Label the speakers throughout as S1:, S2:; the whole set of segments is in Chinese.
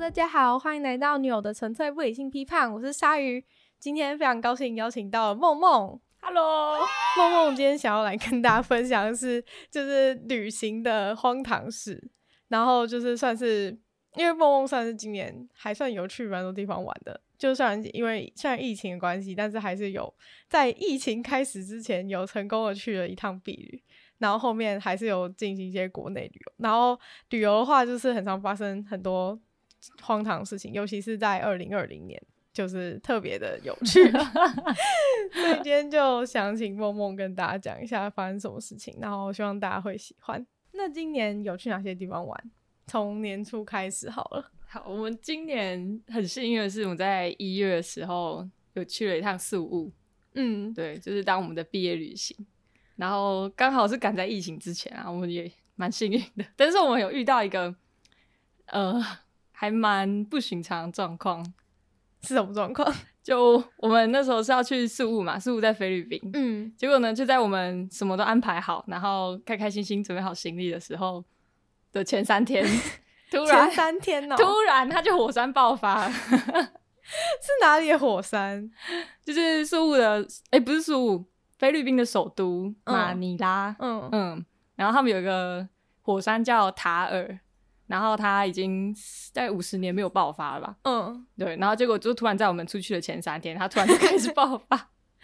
S1: 大家好，欢迎来到女友的纯粹不理性批判，我是鲨鱼。今天非常高兴邀请到了梦梦，
S2: Hello，
S1: 梦梦今天想要来跟大家分享的是，就是旅行的荒唐事，然后就是算是因为梦梦算是今年还算有去蛮多地方玩的，就虽然因为虽然疫情的关系，但是还是有在疫情开始之前有成功的去了一趟避旅，然后后面还是有进行一些国内旅游，然后旅游的话就是很常发生很多荒唐的事情，尤其是在二零二零年。就是特别的有趣， 所以今天就想请梦梦跟大家讲一下发生什么事情，然后希望大家会喜欢。那今年有去哪些地方玩？从年初开始好了。
S2: 好，我们今年很幸运的是，我们在一月的时候有去了一趟宿务，
S1: 嗯，
S2: 对，就是当我们的毕业旅行，然后刚好是赶在疫情之前啊，我们也蛮幸运的，但是我们有遇到一个，呃，还蛮不寻常的状况，
S1: 是什么状况？
S2: 就我们那时候是要去宿务嘛，宿务在菲律宾，
S1: 嗯，
S2: 结果呢，就在我们什么都安排好，然后开开心心准备好行李的时候的前三天， 突然
S1: 前三天哦、
S2: 突然他就火山爆发了，
S1: 是哪里的火山？
S2: 就是宿务的，哎、不是宿务，菲律宾的首都
S1: 嗯
S2: 马尼拉，
S1: 嗯
S2: 嗯然后他们有一个火山叫塔尔，然后它已经在五十年没有爆发了吧？
S1: 嗯，
S2: 对，然后结果就突然在我们出去的前三天，它突然就开始爆发，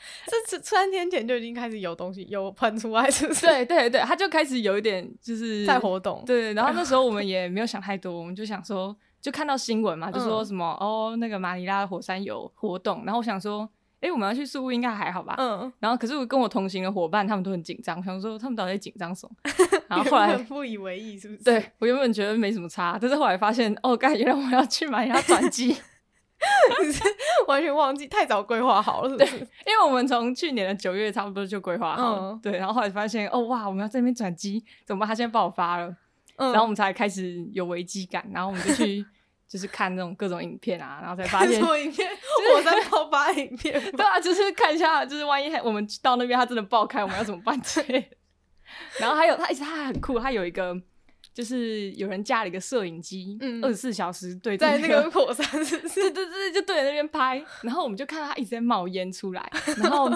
S1: 是三天前就已经开始有东西有喷出来，是不是？
S2: 对对对，它就开始有一点就是
S1: 在活动。
S2: 对，然后那时候我们也没有想太多，我们就想说，就看到新
S1: 嗯
S2: 闻嘛，就说什么、哦，那个马尼拉的火山有活动，然后我想说，诶，我们要去宿务应该还好吧？
S1: 嗯，
S2: 然后可是我跟我同行的伙伴他们都很紧张，我想说他们到底在紧 张什么？然后后
S1: 原
S2: 来
S1: 本。不以为意，是不是？
S2: 对我原本觉得没什么差，但是后来发现，哦，干，原来我要去马尼拉转机，
S1: 完全忘记，太早规划好了，是不是？
S2: 因为我们从去年的九月差不多就规划好了，
S1: 嗯
S2: 对，然后后来发现，哦，哇，我们要在那边转机，怎么办？它现在爆发了，
S1: 嗯，
S2: 然后我们才开始有危机感，然后我们就去 就是看那种各种影片啊，然后才发现
S1: 什，么影片？火山爆发影 片吗
S2: 对啊，就是看一下，就是万一我们到那边它真的爆开，我们要怎么办之类的。然后还有它，而且它还很酷，它有一个就是有人架了一个摄影机，
S1: 嗯
S2: 二十四小时对着
S1: 在那个。火山是不是？
S2: 对对对，就对着那边拍，然后我们就看它一直在冒烟出来，然后，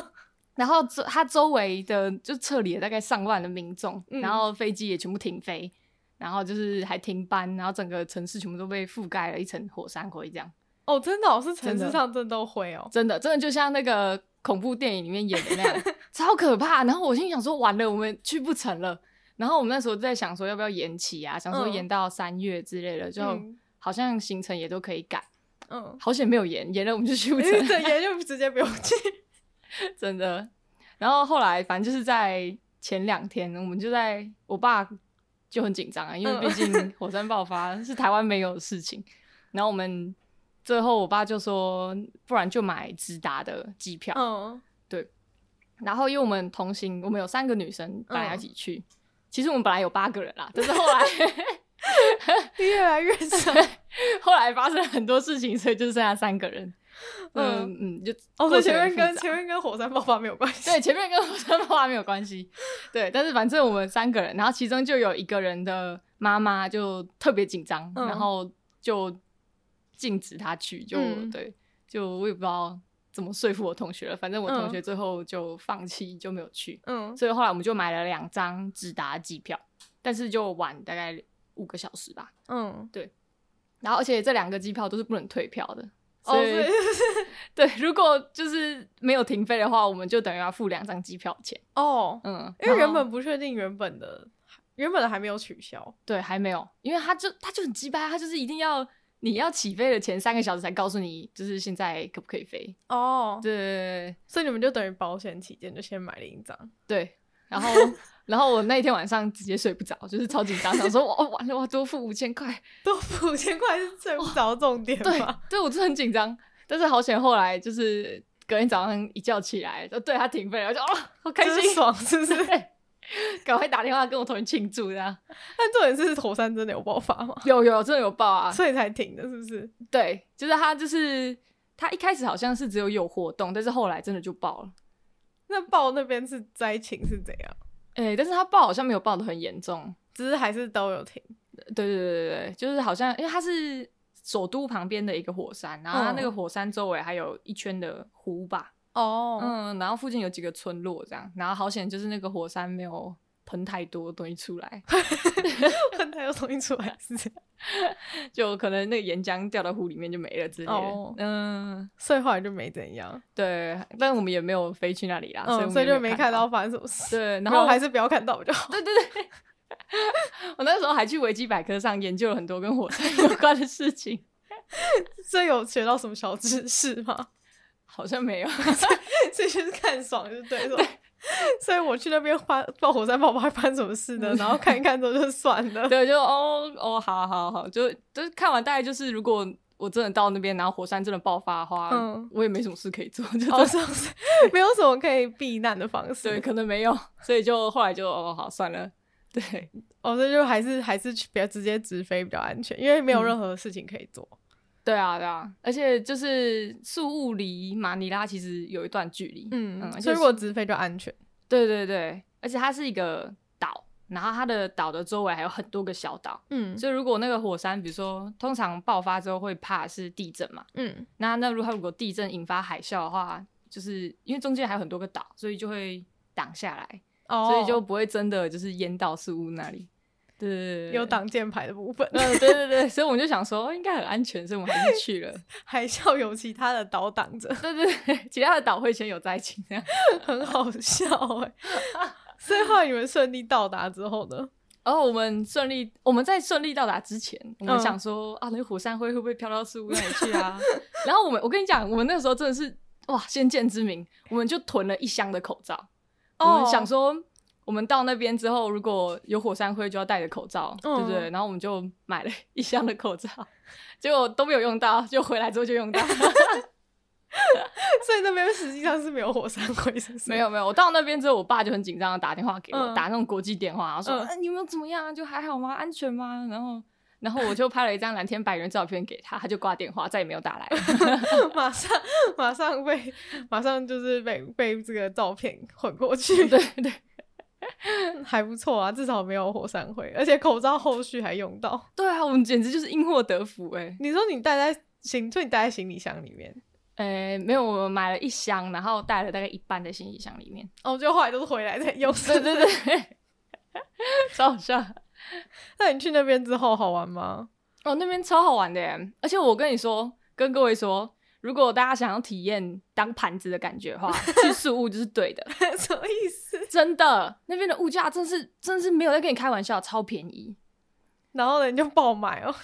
S2: 然后周它周围的就撤离了大概上万的民众，
S1: 嗯
S2: 然后飞机也全部停飞，然后就是还停班，然后整个城市全部都被覆盖了一层火山灰，这样
S1: 哦，真的、哦，是城
S2: 真
S1: 市
S2: 的
S1: 上真的都会哦。
S2: 真的真的就像那个恐怖电影里面演的那 样，超可怕。然后我心想说，完了，我们去不成了。然后我们那时候在想说要不要延期啊，想说
S1: 嗯
S2: 延到三月之类的，就
S1: 嗯
S2: 好像行程也都可以改。
S1: 嗯，
S2: 好险没有延，延了我们就去不
S1: 因
S2: 成
S1: 为
S2: 了。
S1: 这研就直接不用去。
S2: 真的。然后后来反正就是在前两天，我们就在我爸就很紧张啊，因为
S1: 嗯
S2: 毕竟火山 爆发是台湾没有的事情。然后我们最后我爸就说，不然就买直达的机票。
S1: 嗯，
S2: 然后因为我们同行，我们有三个女生本来要一起去，
S1: 嗯
S2: 其实我们本来有八个人啦， 但是后来
S1: 越来越少。
S2: 后来发生了很多事情，所以就剩下三个人。
S1: 嗯
S2: 嗯嗯，就
S1: 哦，所
S2: 过
S1: 以
S2: 程
S1: 前面
S2: 很复杂
S1: 跟前面跟火山爆发没有关系。
S2: 对，前面跟火山爆发没有关系， 对，但是反正我们三个人，然后其中就有一个人的妈妈就特别紧张，
S1: 嗯
S2: 然后就禁止他去，就、
S1: 嗯
S2: 对，就我也不知道怎么说服我同学了，反正我同学最后就放弃，就没有去，
S1: 嗯，
S2: 所以后来我们就买了两张直达机票，但是就晚大概五个小时吧，
S1: 嗯，
S2: 然后而且这两个机票都是不能退票的，
S1: 哦，
S2: 所
S1: 所
S2: 以、
S1: 以
S2: 对，如果就是没有停飞的话，我们就等于要付两张机票钱。
S1: 哦，
S2: 嗯，
S1: 因为
S2: 然
S1: 原
S2: 后
S1: 本不确定原本的原本的还没有取消。
S2: 对还没有，因为他就他就很鸡巴，他就是一定要你要起飞的前三个小时才告诉你，就是现在可不可以飞。
S1: 哦，
S2: 对对
S1: 所以你们就等于保险起见就先买了一张。
S2: 对对，然后然后我那一天晚上直接睡不着，就是超紧张，想说我哦完了，我要多付五千块。
S1: 多付五千块是最不着重点
S2: 对
S1: 吧？
S2: 对，我真的很紧张，但是好险后来就是隔天早上一觉起来，就对他停飞了，我就哦好开
S1: 真
S2: 心，
S1: 爽是不是？
S2: 赶快打电话跟我同学庆祝这样。
S1: 但重点是火山真的有爆发吗？
S2: 有有真的有报啊，
S1: 所以才停的，是不是？
S2: 对，就是他就是他一开始好像是只有有活动，但是后来真的就爆了。
S1: 那报那边是灾情是怎样？
S2: 哎、但是他报好像没有报的很严重。
S1: 只是还是都有停。
S2: 对对对对对，就是好像因为他是首都旁边的一个火山，然后它那个火山周围还有一圈的湖吧，
S1: 哦，
S2: 嗯，然后附近有几个村落这样，然后好险就是那个火山没有喷太多东西出来，
S1: 喷太多东西出来是这样，
S2: 就可能那个岩浆掉到湖里面就没了之类的，
S1: 哦
S2: 嗯，
S1: 所以后来就没怎样，
S2: 对，但我们也没有飞去那里啦，
S1: 嗯，
S2: 啊所
S1: 所
S2: 以
S1: 以
S2: 我
S1: 就没
S2: 们也没
S1: 看
S2: 到
S1: 到。发生什么事。
S2: 对，然
S1: 然后
S2: 后
S1: 还是不要看到比较好。
S2: 我那时候还去维基百科上研究了很多跟火山有关的事情，
S1: 这有学到什么小知识吗？
S2: 好像 没有。
S1: 这就是看爽就对了。所以我去那边发爆火山爆发发生什么事
S2: 嗯
S1: 呢？然后看一看之后就算了。
S2: 对，就哦哦，好好好，就就是看完大概就是，如果我真的到那边，然后火山真的爆发的话，
S1: 嗯哦
S2: 我也没什么事可以做，就
S1: 好
S2: 真的、
S1: 像是没有什么可以避难的方式。
S2: 哦对，可能没有， 所以就后来就哦好算了， 对
S1: 哦，所以就还是还是去比较直接直飞比较安全，因为没有
S2: 嗯
S1: 任何事情可以做。
S2: 对啊对啊，而且就是宿雾离马尼拉其实有一段距离，
S1: 嗯，
S2: 而且
S1: 所以如果直飞就安全。
S2: 对对对，而且它是一个岛，然后它的岛的周围还有很多个小岛，
S1: 嗯
S2: 所以如果那个火山，比如说通常爆发之后会怕是地震嘛，
S1: 嗯
S2: 那那如果它如果地震引发海啸的话，就是因为中间还有很多个岛，所以就会挡下来，
S1: 哦，
S2: 所以就不会真的就是淹到树屋那里。对对对，
S1: 有挡箭牌的部分。
S2: 嗯，对对对，所以我们就想说哦应该很安全，所以我们还是去 了。
S1: 海啸有其他的岛挡着，
S2: 对对对，其他的岛会先有灾情这样。
S1: 很好笑 哎、所以后来你们顺利到达之后呢？
S2: 然后我们顺利，我们在顺利到达之前，我们
S1: 嗯
S2: 想说、啊，那个火山灰会不会飘到树屋那里去啊？ 然后我们，我跟你讲，我们那时候真的是哇，先见之明，我们就囤了一箱的口罩。 我
S1: 哦
S2: 们想说，我们到那边之后，如果有火山灰，就要戴着口罩，
S1: 嗯
S2: 对不对？然后我们就买了一箱的口罩，结果都没有用到，就回来之后就用到。
S1: 所以那边实际上是没有火山灰，是不是
S2: 没。有没有，我到那边之后，我爸就很紧张的打电话给我，
S1: 嗯
S2: 打那种国际电话，然后说、
S1: 嗯
S2: 啊你有没有怎么样啊？就还好吗？安全吗？然后。然后我就拍了一张蓝天白云的照片给他，他就挂电话，再也没有打来。
S1: 马上马上被马上就是被被这个照片混过去，
S2: 对对
S1: 还不错啊，至少没有火山灰，而且口罩后续还用到。
S2: 对啊，我们简直就是因祸得福哎、
S1: 你说你带在行，所以你带在行李箱里面，
S2: 诶，哎没有，我们买了一箱，然后带了大概一半在行李箱里面。
S1: 哦，就后来都是回来再用。
S2: 对对对， 超好笑。
S1: 那你去那边之后好玩吗？
S2: 哦，那边超好玩的耶！而且我跟你说，跟各位说，如果大家想要体验当盘子的感觉的 话，去宿雾就是对的，
S1: 什么意思？
S2: 真的。那边的物价真是真是没有在跟你开玩笑，超便宜。
S1: 然后呢，你就爆买哦。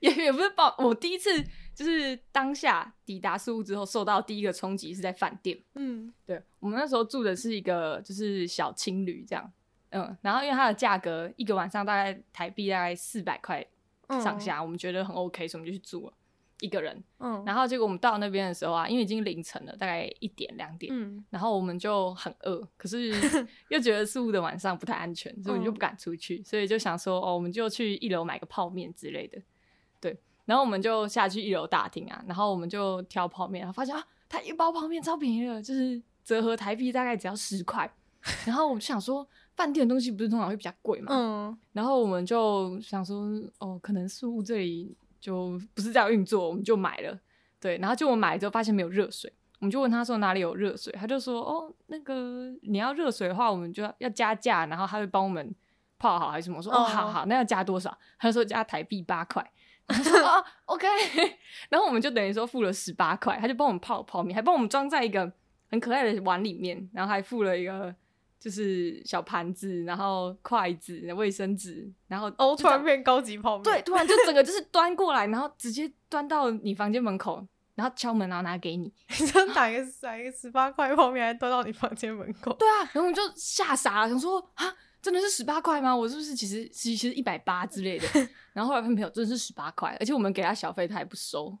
S2: 也也不是报，我第一次就是当下抵达宿雾之后，受到第一个冲击是在饭店。
S1: 嗯，
S2: 对我们那时候住的是一个就是小青旅这样，嗯，然后因为它的价格一个晚上大概台币大概四百块上下，我们觉得很 OK，所以我们就去住了一个人。
S1: 嗯，
S2: 然后结果我们到那边的时候啊，因为已经凌晨了，大概一点两点，
S1: 嗯
S2: 然后我们就很饿，可是又觉得宿务的晚上不太安全，所以我们就
S1: 嗯
S2: 不敢出去，所以就想说哦，我们就去一楼买个泡面之类的，对。然后我们就下去一楼大厅啊，然后我们就挑泡面，然后发现啊，它一包泡面超便宜的，就是折合台币大概只要十块。 然后我们就想说，饭店的东西不是通常会比较贵嘛，
S1: 嗯，
S2: 然后我们就想说，哦，可能宿务这里就不是这样运作，我们就买了。对，然后就我买了之后发现没有热水，我们就问他说哪里有热水，他就说哦，那个你要热水的话，我们就要要加价，然后他会帮我们泡好还是什么？我说哦，
S1: 哦
S2: 好好，那要加多少？他就说加台币八块。 我说哦，OK，然后我们就等于说付了十八块，他就帮我们泡泡面，还帮我们装在一个很可爱的碗里面，然后还附了一个就是小盘子，然后筷子、卫生纸，然后
S1: 哦，
S2: 就
S1: 突
S2: 这样
S1: 然变高级泡面，
S2: 对，，突然就整个就是端过来，然后直接端到你房间门口，然后敲门，然后拿给你。
S1: 你说打一个打一个十八块泡面，还端到你房间门口，
S2: 对啊，然后我们就吓傻了，想说啊，真的是十八块吗？我是不是其实其实一百八之 类的？然后后来发现没有，真的是十八块，而且我们给他小费他也不收。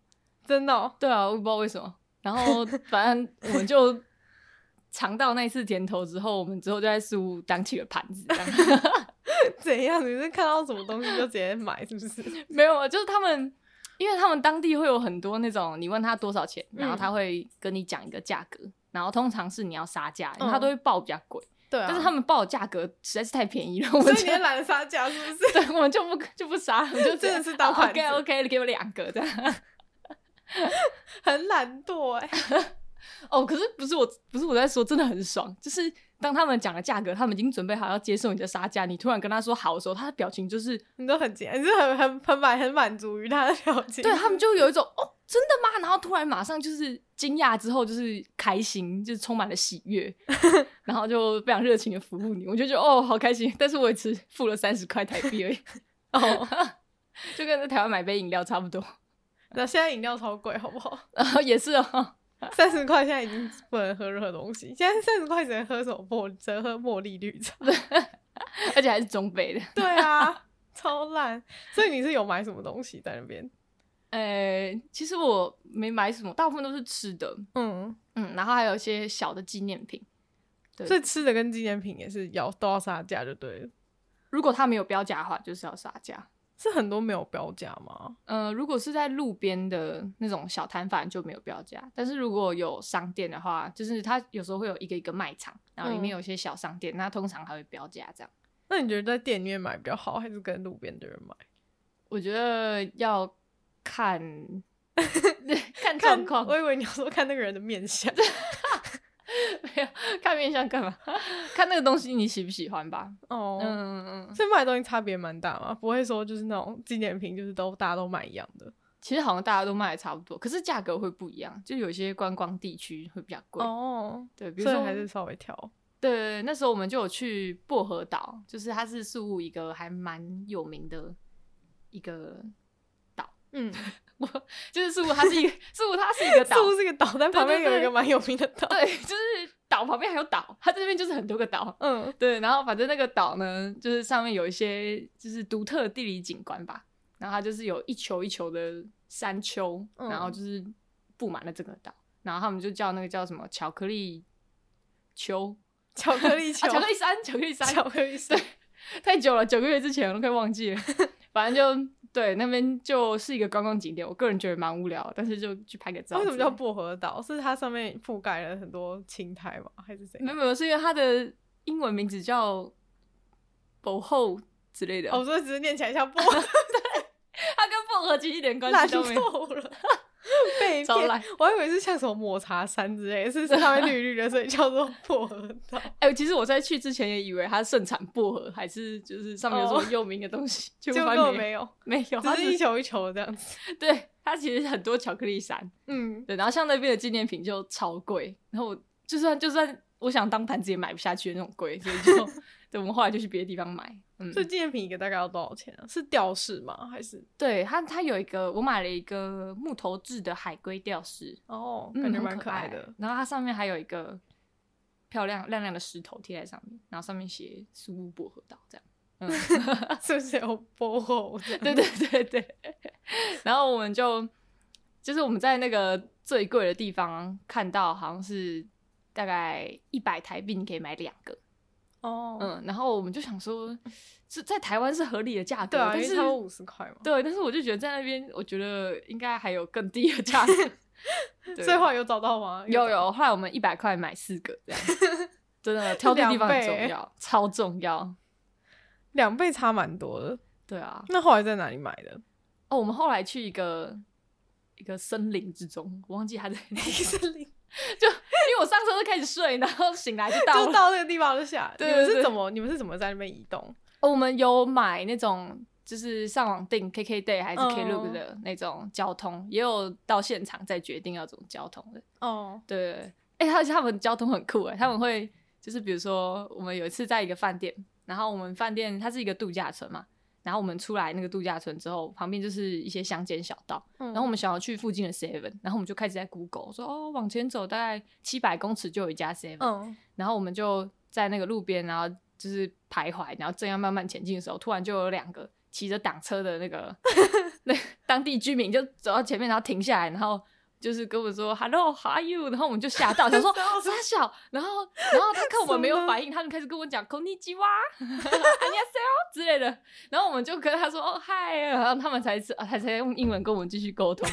S1: 真的、哦，
S2: 对啊，我也不知道为什么。然后反正我们就尝到那一次甜头之后，我们之后就在事务当起了盘子，这 样
S1: 怎样？你是看到什么东西就直接买，是不是？
S2: 没有啊，就是他们。因为他们当地会有很多那种，你问他多少
S1: 嗯
S2: 钱，然后他会跟你讲一个价格，然后通常是你要杀价，因为他
S1: 嗯
S2: 都会报比较贵。
S1: 对啊，
S2: 但是他们报的价格实在是太便宜了，我
S1: 所
S2: 们
S1: 以
S2: 就
S1: 你也懒得杀价是不是？
S2: 对，我们就不就不杀，我们就
S1: 真的是当盘子
S2: OK OK，给我两个这样。
S1: 很懒惰哎、
S2: 哦，可是不是我，不是我在说，真的很爽。就是当他们讲了价格，他们已经准备好要接受你的杀价，你突然跟他说好的时候，他的表情就是
S1: 你都很简，你是很很很满很满足于他的表情。
S2: 对他们就有一种哦，真的吗？然后突然马上就是惊讶，之后就是开心，就是充满了喜悦，然后就非常热情的服务你，我就觉得哦，好开心。但是我也只付了三十块台币而已，哦，就跟在台湾买杯饮料差不多，
S1: 那现在饮料超贵，好不好？
S2: 然后也是哦，
S1: 三十块现在已经不能喝任何东西，现在三十块只能喝什么茉，只能喝茉莉绿茶。
S2: 啊而且还是中杯的。
S1: 对啊，超烂。所以你是有买什么东西在那边？
S2: 呃，其实我没买什么，大部分都是吃的，
S1: 嗯，
S2: 嗯，然后还有一些小的纪念品。对
S1: 所以吃的跟纪念品也是要都要杀价就对了，
S2: 如果它没有标价的话，就是要杀价。
S1: 是很多没有标价吗？
S2: 呃，如果是在路边的那种小摊贩就没有标价，但是如果有商店的话，就是它有时候会有一个一个卖场，然后里面
S1: 嗯
S2: 有一些小商店，那通常还会标价这样。
S1: 那你觉得在店里面买比较好，还是跟路边的人买？
S2: 我觉得要 看看状况，
S1: 我以为你要说看那个人的面 相。
S2: 没有看面相干嘛？ 看那个东西你喜不喜欢吧。
S1: 哦，
S2: 嗯嗯嗯嗯，
S1: 所以卖的东西差别蛮大嘛，不会说就是那种纪念品，就是都大家都买一样的。
S2: 其实好像大家都卖的差不多，可是价格会不一样，就有些观光地区会比较贵。
S1: 哦，
S2: 对，比如
S1: 所以
S2: 说
S1: 还是稍微挑。
S2: 对对，对那时候我们就有去薄荷岛，就是它是宿务一个还蛮有名的一个，
S1: 嗯，
S2: 就是宿务它是一个宿务它是一个岛，
S1: 是不是个岛？但旁边
S2: 对对
S1: 有
S2: 对
S1: 一个蛮有名的 岛。
S2: 对，就是岛旁边还有岛，它这边就是很多个岛。
S1: 嗯，
S2: 对，然后反正那个岛呢，就是上面有一些就是独特的地理景观吧，然后它就是有一球一球的山丘，
S1: 嗯
S2: 然后就是布满了整个岛，然后他们就叫那个叫什么巧克力丘
S1: 巧克力球，
S2: 啊，巧克力山， 巧克力山，
S1: 巧克力球，
S2: 太久了，九个月之前我都快忘记了。反正就对那边就是一个观光景点，我个人觉得蛮无聊，但是就去拍个照
S1: 为
S2: 之类的。
S1: 什么叫薄荷岛？是它上面覆盖了很多青苔吗？还是怎
S2: 没
S1: 样？
S2: 有没有，是因为它的英文名字叫薄后之类的。
S1: 哦，我，说只是念起来像 薄，
S2: 它跟薄荷其实一点关
S1: 烂
S2: 系都没有。
S1: 透了，被
S2: 超
S1: 骗
S2: 烂。
S1: 我还以为是像什么抹茶山之类的，是上面绿绿的，所以叫做薄荷 岛。
S2: 哎、其实我在去之前也以为它盛产薄荷，还是就是上面有什么
S1: 哦
S2: 有名的 东西，结
S1: 结
S2: 果
S1: 果
S2: 发
S1: 根
S2: 现
S1: 本没有，
S2: 没有，哦它
S1: 只是一
S2: 是
S1: 球一球的这样子。
S2: 对它其实很多巧克力山。
S1: 嗯，
S2: 对，然后像那边的纪念品就超贵，然后我就算就算我想当盘子也买不下去的那种贵，所以 就对，我们后来就去别的地方买。嗯，
S1: 这纪念品一个大概要多少钱啊？是吊饰吗？还是
S2: 对它它有一个，我买了一个木头制的海龟吊饰，
S1: 哦，
S2: 嗯
S1: 感觉
S2: 很
S1: 蛮
S2: 可
S1: 爱
S2: 爱
S1: 的。。
S2: 然后它上面还有一个漂亮亮亮的石头贴在上面，然后上面写苏乌薄荷岛这样。嗯，
S1: 是不是有薄荷？
S2: 对对对对。 然后我们就就是我们在那个最贵的地方看到，好像是大概一百台币，你可以买两个。
S1: 哦，
S2: 嗯，然后我们就想说，是在台湾是合理的价格，
S1: 对啊，因
S2: 但
S1: 为
S2: 是
S1: 差不多五十块嘛。
S2: 对，但是我就觉得在那边，我觉得应该还有更低的价格。对
S1: 所以后来有找到吗？
S2: 有
S1: 找到，
S2: 有，后来我们一百块买四个， 这样真的挑对
S1: 两
S2: 地方很
S1: 倍欸
S2: 重要，超重要。
S1: 两倍差蛮多的。
S2: 对啊，
S1: 那后来在哪里买 的？
S2: 哦，我们后来去一个一个森林之中，我忘记它在 哪里，
S1: 森林，
S2: 因为我上车就开始睡，然后醒来就到了。
S1: 就到那个地方就下。
S2: 对
S1: 你们
S2: 对
S1: 是
S2: 对
S1: 怎么？你们是怎么在那边移动？
S2: 哦我们有买那种就是上网订 KKday 还是
S1: 嗯
S2: Klook 的那种交通，也有到现场再决定要怎么交通的。
S1: 哦，
S2: 对，哎、而且他们交通很酷哎，他们会就是比如说我们有一次在一个饭店，然后我们饭店它是一个度假村嘛，然后我们出来那个度假村之后，旁边就是一些乡间小道，
S1: 然
S2: 然后我们想要去附近的 Seven，然后我们就开始在 Google 说哦往前走大概七百公尺就有一家 Seven，、
S1: 嗯，
S2: 然后我们就在那个路边，然后就是徘徊，然后正要慢慢前进的时候，突然就有两个骑着挡车的那个那当地居民就走到前面，然后停下来，然后就是跟我说 “Hello，How are you？” 然后我们就吓到，想说傻小，然后然后他看我们没有反应，他们开始跟我讲 “Konnichiwa”、“안녕하세요” 之类的，然后我们就跟他说“哦嗨”，然后他们才知，啊他才用英文跟我们继续沟通，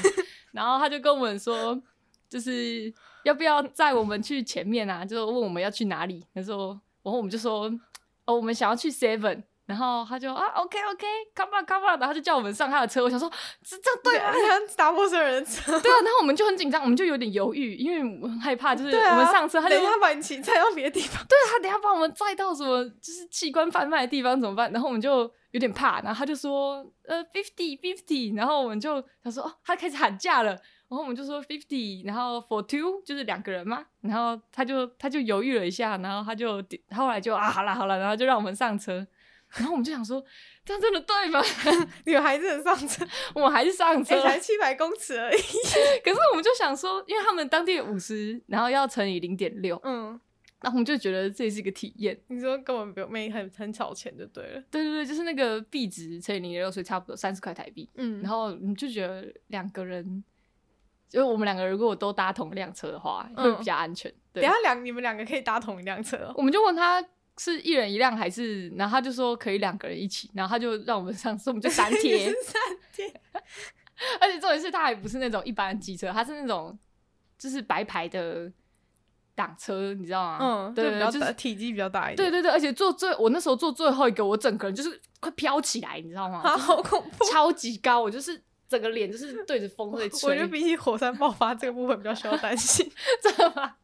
S2: 然后他就跟我们说。就是要不要载我们去前面啊？就是问我们要去哪里。他说我然后我们就说，哦，我们想要去 Seven，然后他就啊，OK OK，come on come on，然后就叫我们上他的车。我想说，这这样对吗？
S1: 他打破所有人的车，
S2: 对啊，然后我们就很紧张，我们就有点犹豫，因为我们很害怕，就是
S1: 对啊，
S2: 我们上车，他就
S1: 等一
S2: 说
S1: 下把你骑载到别的地方，
S2: 对啊他等一下把我们载到什么就是器官贩卖的地方怎么办？然后我们就有点怕，然后他就说呃 fifty fifty，然后我们就想说哦，他开始喊价了，然后我们就说 fifty，然后 for two 就是两个人嘛，然后他就他就犹豫了一下，然后他就他后来就啊好啦好啦，然后就让我们上车。然后我们就想说，这样真的对吗？
S1: 女孩子很上车，
S2: 我们还是上车
S1: 哎、
S2: 了。
S1: 才七百公尺而已。
S2: 可是我们就想说，因为他们当地五十，然后要乘以零点六，
S1: 嗯，
S2: 然后我们就觉得这是一个体验。
S1: 你说根本不用没很很少钱就对了。
S2: 对对对，就是那个币值乘以零点六，所以差不多三十块台币。
S1: 嗯
S2: 然后你就觉得两个人，就是我们两个人如果都搭同一辆车的话，
S1: 嗯
S2: 会比较安全。
S1: 等
S2: 对
S1: 一，下两你们两个可以搭同一辆车哦、
S2: 我们就问他是一人一辆还是，然后他就说可以两个人一起，然后他就让我们上车，我们就 删
S1: 你
S2: 贴
S1: 是。三 天，
S2: 而且重点是，他还不是那种一般的机车，他是那种就是白牌的挡车，你知道吗？
S1: 嗯，
S2: 啊对
S1: 就比
S2: 对，
S1: 较
S2: 就
S1: 大
S2: 是
S1: 体积比较大一
S2: 对
S1: 点，
S2: 对对，而且坐最我那时候坐最后一个，我整个人就是快飘起来，你知道吗？
S1: 啊，好恐 怖！
S2: 超级高，我就是整个脸就是对着风在吹，
S1: 我觉得比起火山爆发这个部分比较需要担心。
S2: 真的吗？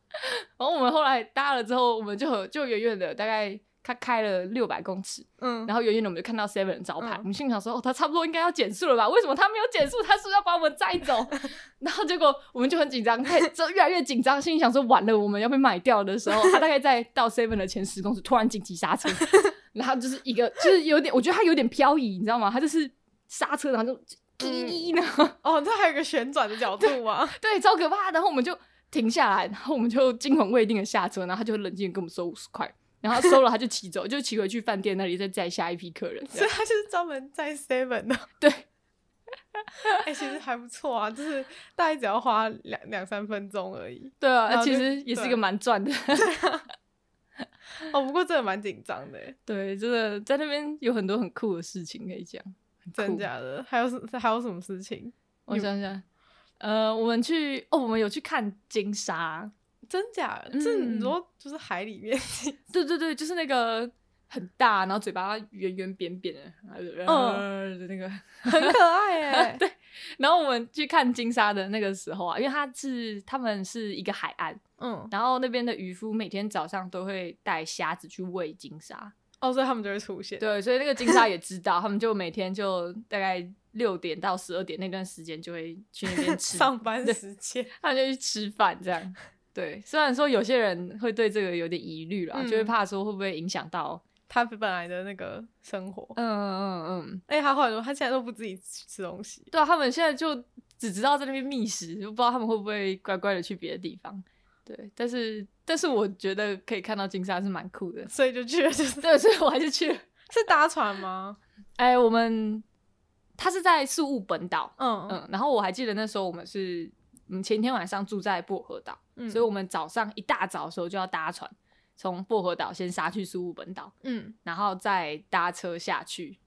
S2: 然后我们后来搭了之后，我们就就远远的大概他开了六百公尺，
S1: 嗯，
S2: 然后远远的我们就看到 Seven 的招牌，
S1: 嗯
S2: 我们心里想说哦，他差不多应该要减速了吧？为什么他没有减速？他是不是要把我们载走？ 然后结果我们就很紧张，开始就越来越紧张，心里想说完了，我们要被买掉的时候，他大概在到 Seven 的前十公尺突然紧急 刹车，然后就是一个就是有点，我觉得他有点漂移，你知道吗？他就是刹车，然后就。嗯滴，然后
S1: 哦，这还有一个旋转的角度啊，
S2: 对，超可怕。然后我们就停下来，然后我们就惊魂未定的下车，然后他就冷静的跟我们收五十块，然后他收了他就骑走，就骑回去饭店那里再载下一批客人。这
S1: 所以
S2: 样
S1: 他就是专门在 Seven 的。
S2: 对，
S1: 哎、其实还不错啊，就是大概只要花两两三分钟而已。
S2: 对
S1: 然
S2: 啊，
S1: 后就
S2: 其实也是一
S1: 对
S2: 个蛮赚的。
S1: 哦，不过真的蛮紧张的耶，
S2: 对，真的在那边有很多很酷的事情可以讲。很酷
S1: 真？假的？还有什还有什么事情？
S2: 我想想，呃，我们去哦，我们有去看金沙。
S1: 真假的？这
S2: 嗯
S1: 你说就是海里面，
S2: 对对对，就是那个。很大，然后嘴巴圆圆扁扁的，然后
S1: 嗯
S2: 那个，
S1: 很可爱 哎。对，
S2: 然后我们去看金沙的那个时候啊，因为它是他们是一个海岸，
S1: 嗯，
S2: 然后那边的渔夫每天早上都会带虾子去喂金鲨，
S1: 哦，所以他们就会出现。
S2: 对，所以那个金鲨也知道，他们就每天就大概六点到十二点那段时间就会去那边吃，
S1: 上班时间，
S2: 他们就去吃饭这样。对，虽然说有些人会对这个有点疑虑啦，
S1: 嗯
S2: 就会怕说会不会影响到，
S1: 他本来的那个生活。
S2: 嗯嗯嗯，
S1: 哎、他后来说他现在都不自己吃东西，
S2: 对啊，他们现在就只知道在那边觅食，就不知道他们会不会乖乖的去别的地方。对，但是但是我觉得可以看到金鲨是蛮酷的，
S1: 所以就去了，就是
S2: 对，所以我还是去了。
S1: 是搭船吗？
S2: 哎、我们他是在宿务本岛，
S1: 嗯
S2: 嗯，然后我还记得那时候我们是，嗯，前天晚上住在薄荷岛，
S1: 嗯
S2: 所以我们早上一大早的时候就要搭船，从薄荷岛先杀去宿务本岛，
S1: 嗯，
S2: 然后再搭车下去，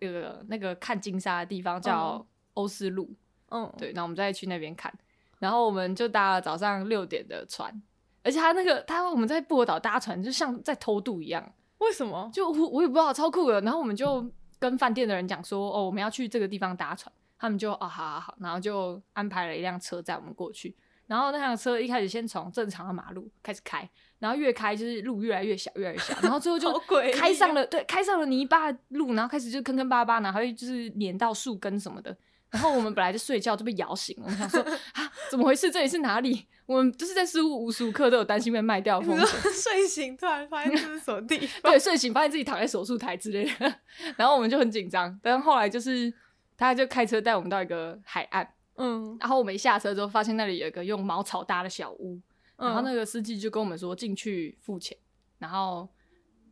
S2: 那个那个看金沙的地方叫
S1: 嗯
S2: 欧斯陆，
S1: 嗯，
S2: 对，那我们再去那边看，然后我们就搭了早上六点的船。而且他那个，他我们在薄荷岛搭船，就像在偷渡一样，
S1: 为什么？
S2: 就我我也不知道，超酷的。然后我们就跟饭店的人讲说，哦，我们要去这个地方搭船，他们就啊、好好好，然后就安排了一辆车载我们过去。然后那辆车一开始先从正常的马路开始开，然后越开就是路越来越小，越来越小，然后最 后
S1: 好
S2: 就
S1: 诡异
S2: 开上
S1: 哦
S2: 了对开上了泥巴路，然后开始就坑坑巴巴，然后就是碾到树根什么的。然后我们本来就睡觉就被摇醒了，我们想说啊，怎么回事？这里是哪里？我们就是在失误无时无刻都有担心被卖掉的
S1: 你
S2: 风
S1: 说
S2: 险。
S1: 睡醒突然发现这是什么 地方？
S2: 对，睡醒发现自己躺在手术台之类的，然后我们就很紧张。但后来就是他就开车带我们到一个海岸，
S1: 嗯，
S2: 然后我们一下车之后，发现那里有一个用茅草搭的小屋，然后那
S1: 个
S2: 个司机就跟我们说进去付钱，然后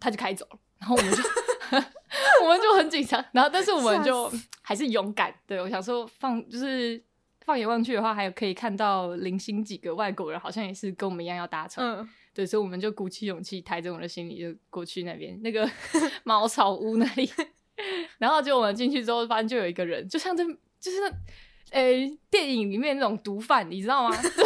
S2: 他就开走了，然后我们就 我们就很紧张，然后但是我们就还是勇敢。对我想说放就是放眼望去的话，还有可以看到零星几个外国人，好像也是跟我们一样要搭乘。
S1: 嗯，
S2: 对，所以我们就鼓起勇气，抬着我们的行李就过去那边那个 茅草屋那里。 然后就我们进去之后，发现就有一个人，就像在就是那，诶、电影里面那种毒贩， 你知道吗？就是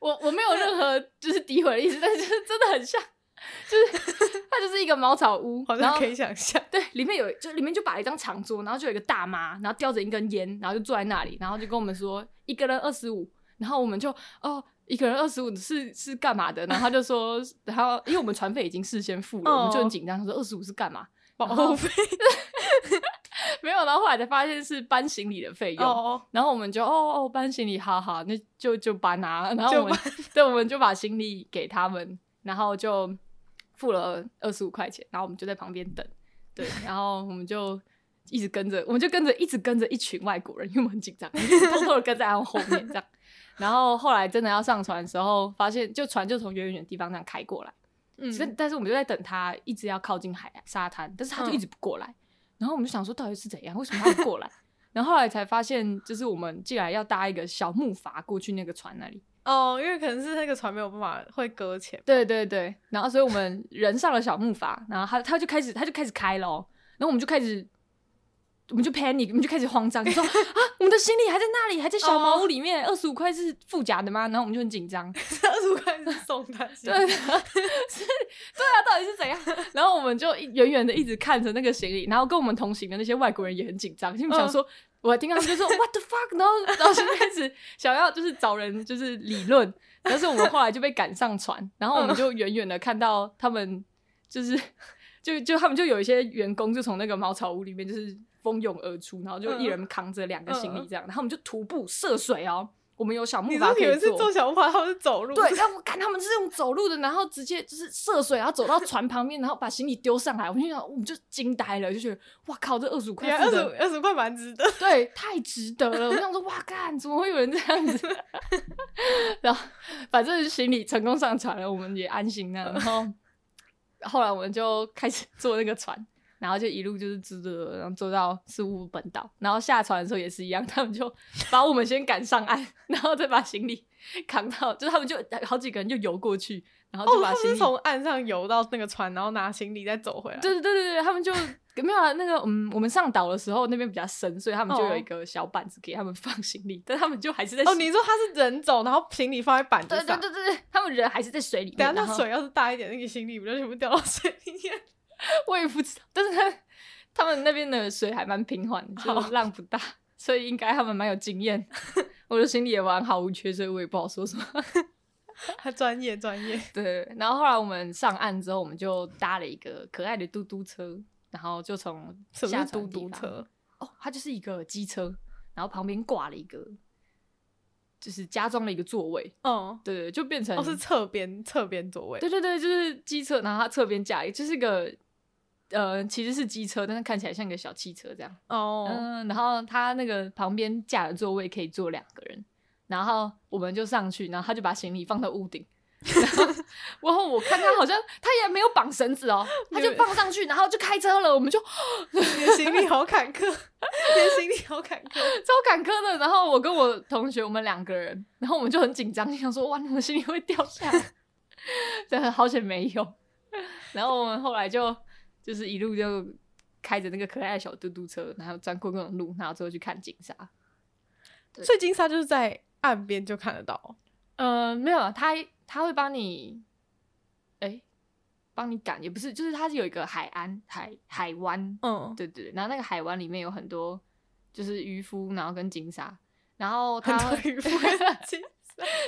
S2: 我我没有任何就是诋毁的意思，但是就是真的很像，它就是 一个茅草屋，
S1: 好
S2: 然
S1: 像
S2: 后
S1: 可以想象。
S2: 对，里面有就里面就摆了一张长桌，然后就有一个大妈，然后叼着一根烟，然后就坐在那里，然后就跟我们说一个人二十五，然后我们就哦一个人二十五是是干嘛的？然后他就说，然后因为我们船费已经事先付了，我们就很紧张，他说二十五是干嘛？
S1: 保
S2: 然
S1: 护
S2: 后
S1: 费
S2: 没有，然后后来才发现是搬行李的费用。
S1: 哦，
S2: 然后我们就哦哦搬行李，好好，那就就搬啊。然后
S1: 就
S2: 我们对，我们就把行李给他们，然后就付了二十五块钱，然后我们就在旁边等，对，然后我们就一直跟着，我们就跟着一直跟着一群外国人，因为我们很紧张，偷偷的跟在他们后面这样。然后后来真的要上船的时候，发现就船就从远远的地方这样开过来。
S1: 嗯，
S2: 是，但是我们就在等他，一直要靠近海沙滩，但是他就一直不过来。然后我们就想说，到底是怎样？为什么他不过来？ 然后后来才发现，就是我们竟然要搭一个小木筏过去那个船那里。
S1: 哦，因为可能是那个船没有办法会搁浅，
S2: 对对对，然后所以我们人上了小木筏，然后他他就开始他就开始开咯，然后我们就开始。我们就 panic，我们就开始慌张，就说 啊，我们的行李还在那里，还在小茅屋里面，二十五块是附加的吗？然后我们就很紧张，
S1: 二十五块是送他进
S2: 对，是，对啊，到底是怎样？ 然后我们就一远远的一直看着那个行李，然后跟我们同行的那些外国人也很紧张，心里想说，我还听到他们 就说 “What the fuck”，然后然后就开始想要就是找人就是理论，但是我们后来就被赶上船，然后我们就远远的看到他们就是 就就他们就有一些员工就从那个茅草屋里面就是蜂拥而出，然后就一人扛着两个行李这样，然后我们就徒步涉水哦。我们有小木
S1: 你
S2: 筏
S1: 说
S2: 可
S1: 你
S2: 以
S1: 们是坐小木筏，他们是走路，
S2: 对，然后我看他们是用走路的，然后直接就是涉水，然后走到船旁边，然后把行李丢上来。我们就想，我们就惊呆了，就觉得哇靠，这二十五块
S1: 原来
S2: 付
S1: 啊二十
S2: 的，
S1: 二十块蛮值得。
S2: 对，太值得了。我想说，哇干，怎么会有人这样子？ 然后反正行李成功上船了，我们也安心了。然后后来我们就开始坐那个船。然后就一路就是坐坐，然后坐到宿务本岛，然后下船的时候也是一样，他们就把我们先赶上岸， 然后再把行李扛到，就是他们就好几个人就游过去，然后
S1: 哦
S2: 就，把
S1: 他们
S2: 行
S1: 是
S2: 李
S1: 从岸上游到那个船，然后拿行李再走回来。
S2: 对对对对对，他们就没有啊。那个嗯，我们上岛的时候那边比较深，所以他们就
S1: 哦
S2: 有一个小板子给他们放行李，但他们就还是在
S1: 哦，
S2: 水
S1: 你说他是人走，然后行李放在板子
S2: 对
S1: 上。
S2: 对对对对，他们人还是在啊水里
S1: 等下
S2: 面。然
S1: 那
S2: 后
S1: 水要是大一点，那个行李不就全部掉到水里面？
S2: 我也不知道，但是他他们那边的水还蛮平缓的，就
S1: 好
S2: 浪不大，所以应该他们蛮有经验。我的 行李也完好无缺，所以我也不好说什么。
S1: 他专业专业，
S2: 对，然后后来我们上岸之后，我们就搭了一个可爱的嘟嘟车，然后就从
S1: 什
S2: 下
S1: 么
S2: 船
S1: 是嘟
S2: 地
S1: 嘟
S2: 方
S1: 车？
S2: 哦，它就是一个机车，然后旁边挂了一个，就是加装了一个座位，
S1: 哦，
S2: 对对，就变成
S1: 哦是侧边侧边座位。
S2: 嗯对对对，就是机车，然后它侧边架一个就是一个呃，其实是机车，但是看起来像个小汽车这样。
S1: 哦，
S2: 嗯、然后它那个旁边架的座位可以坐两个人，然后我们就上去，然后他就把行李放到屋顶。 然后然后我看他好像他也没有绑绳子哦，他就
S1: 没有
S2: 放上去，然后就开车了。我们就
S1: 你的行李好坎 坷，你的行李好坎坷。
S2: 超坎坷的。然后我跟我同学，我们两个人，然后我们就很紧张，就想说哇，你们行李会掉下来， 真的好险没有。 然后我们后来就就是一路就开着那个可爱的小嘟嘟车，然后钻过各种路，然后最后去看金沙。对
S1: 所以金沙就是在岸边就看得到。
S2: 呃，没有啊，他他会帮你，哎、帮你赶，也不是，就是它是有一个海岸海海湾，
S1: 嗯，
S2: 对对对，然后那个海湾里面有很多就是渔夫，然后跟金沙，然后
S1: 很
S2: 他
S1: 多 渔夫跟金沙。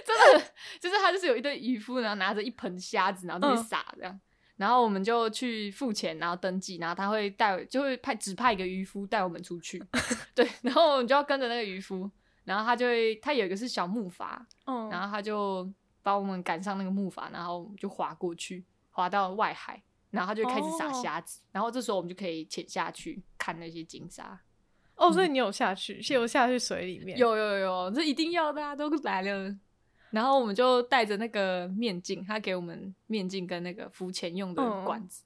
S2: 真的就是他就是有一堆渔夫，然后拿着一盆虾子，然后在那边
S1: 嗯
S2: 撒这样。然后我们就去付钱，然后登记，然后他会带，就会派指派一个渔夫带我们 出去，对，然后我们就要跟着那个渔夫，然后他就会，他有一个是小木筏，
S1: 嗯，
S2: 然后他就把我们赶上那个木筏，然后就划过去，划到外海，然后他就开始撒
S1: 哦
S2: 虾子，然后这时候我们就可以潜下去看那些金鲨，
S1: 哦，所以你有下去，是有下去水里面。
S2: 嗯有有有，这一定要的、啊，都来了。然后我们就戴着那个面镜，他给我们面镜跟那个浮潜用的
S1: 嗯
S2: 管子，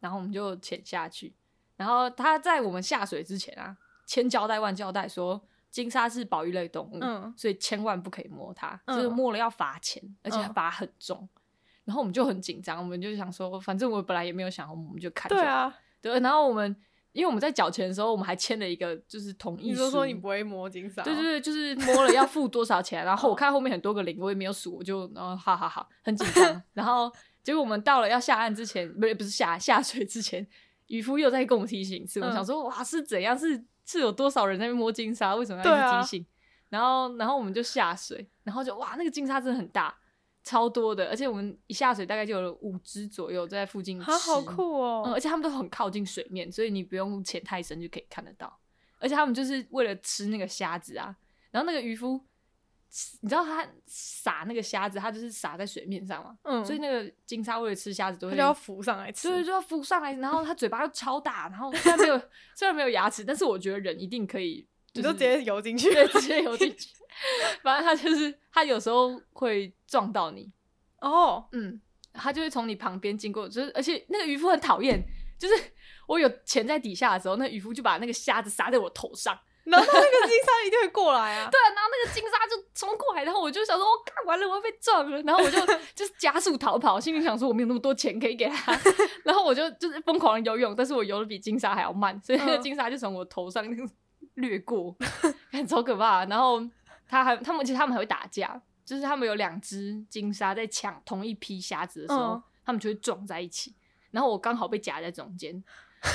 S2: 然后我们就潜下去。然后他在我们下水之前啊，千交代万交代说，金鲨是保育类动物，
S1: 嗯
S2: 所以千万不可以摸它，
S1: 嗯
S2: 就是摸了要罚钱，而且
S1: 嗯
S2: 罚很重。然后我们就很紧张，我们就想说，反正我本来也没有想，我们就看就
S1: 对
S2: 好。
S1: 啊，
S2: 对，然后我们因为我们在缴钱的时候，我们还签了一个就是同意
S1: 你说说
S2: 书
S1: 你不会摸金沙？哦
S2: 对对对，就是摸了要付多少钱，然后我看后面很多个零，我也没有数，我就然后好好好，很紧张。然后结果我们到了要下岸之前，不是不是下下水之前，渔夫又在跟我们提醒一次。我们
S1: 嗯
S2: 想说，哇，是怎样？是是有多少人在那边摸金沙？为什么
S1: 对
S2: 要一直
S1: 啊
S2: 提醒？然后然后我们就下水，然后就哇，那个金沙真的很大，超多的，而且我们一下水大概就有五只左右在附嗯近吃。
S1: 啊，好酷哦！
S2: 嗯，而且他们都很靠近水面，所以你不用潜太深就可以看得到。而且他们就是为了吃那个虾子啊，然后那个渔夫，你知道他撒那个虾子，他就是撒在水面上嘛，
S1: 嗯，
S2: 所以那个金鲨为了吃虾子都
S1: 他
S2: 会
S1: 就要浮上来吃，
S2: 所以就要浮上来，然后他嘴巴又超大，然后虽然没有 虽然没有牙齿，但是我觉得人一定可以，
S1: 你就
S2: 就
S1: 是直接游进去。
S2: 对直接游进去。反正他就是他有时候会撞到你，
S1: 哦，
S2: 嗯，他就会从你旁边经过，就是而且那个渔夫很讨厌，就是我有潜在底下的时候，那渔夫就把那个虾子撒在我头上，
S1: 然后那个金鲨一定会过来啊！
S2: 对，然后那个金鲨就冲过来，然后我就想说，我、哦干完了，我要被撞了，然后我就 就是加速逃跑，心里想说我没有那么多钱可以给他， 然后我就就是疯狂的游泳，但是我游的比金鲨还要慢，所以那个
S1: 嗯
S2: 金鲨就从我头上 掠过，超可怕。然后他还他们其实他们还会打架，就是他们有两只金鲨在抢同一批虾子的时候，
S1: 嗯
S2: 他们就会撞在一起，然后我刚好被夹在中间，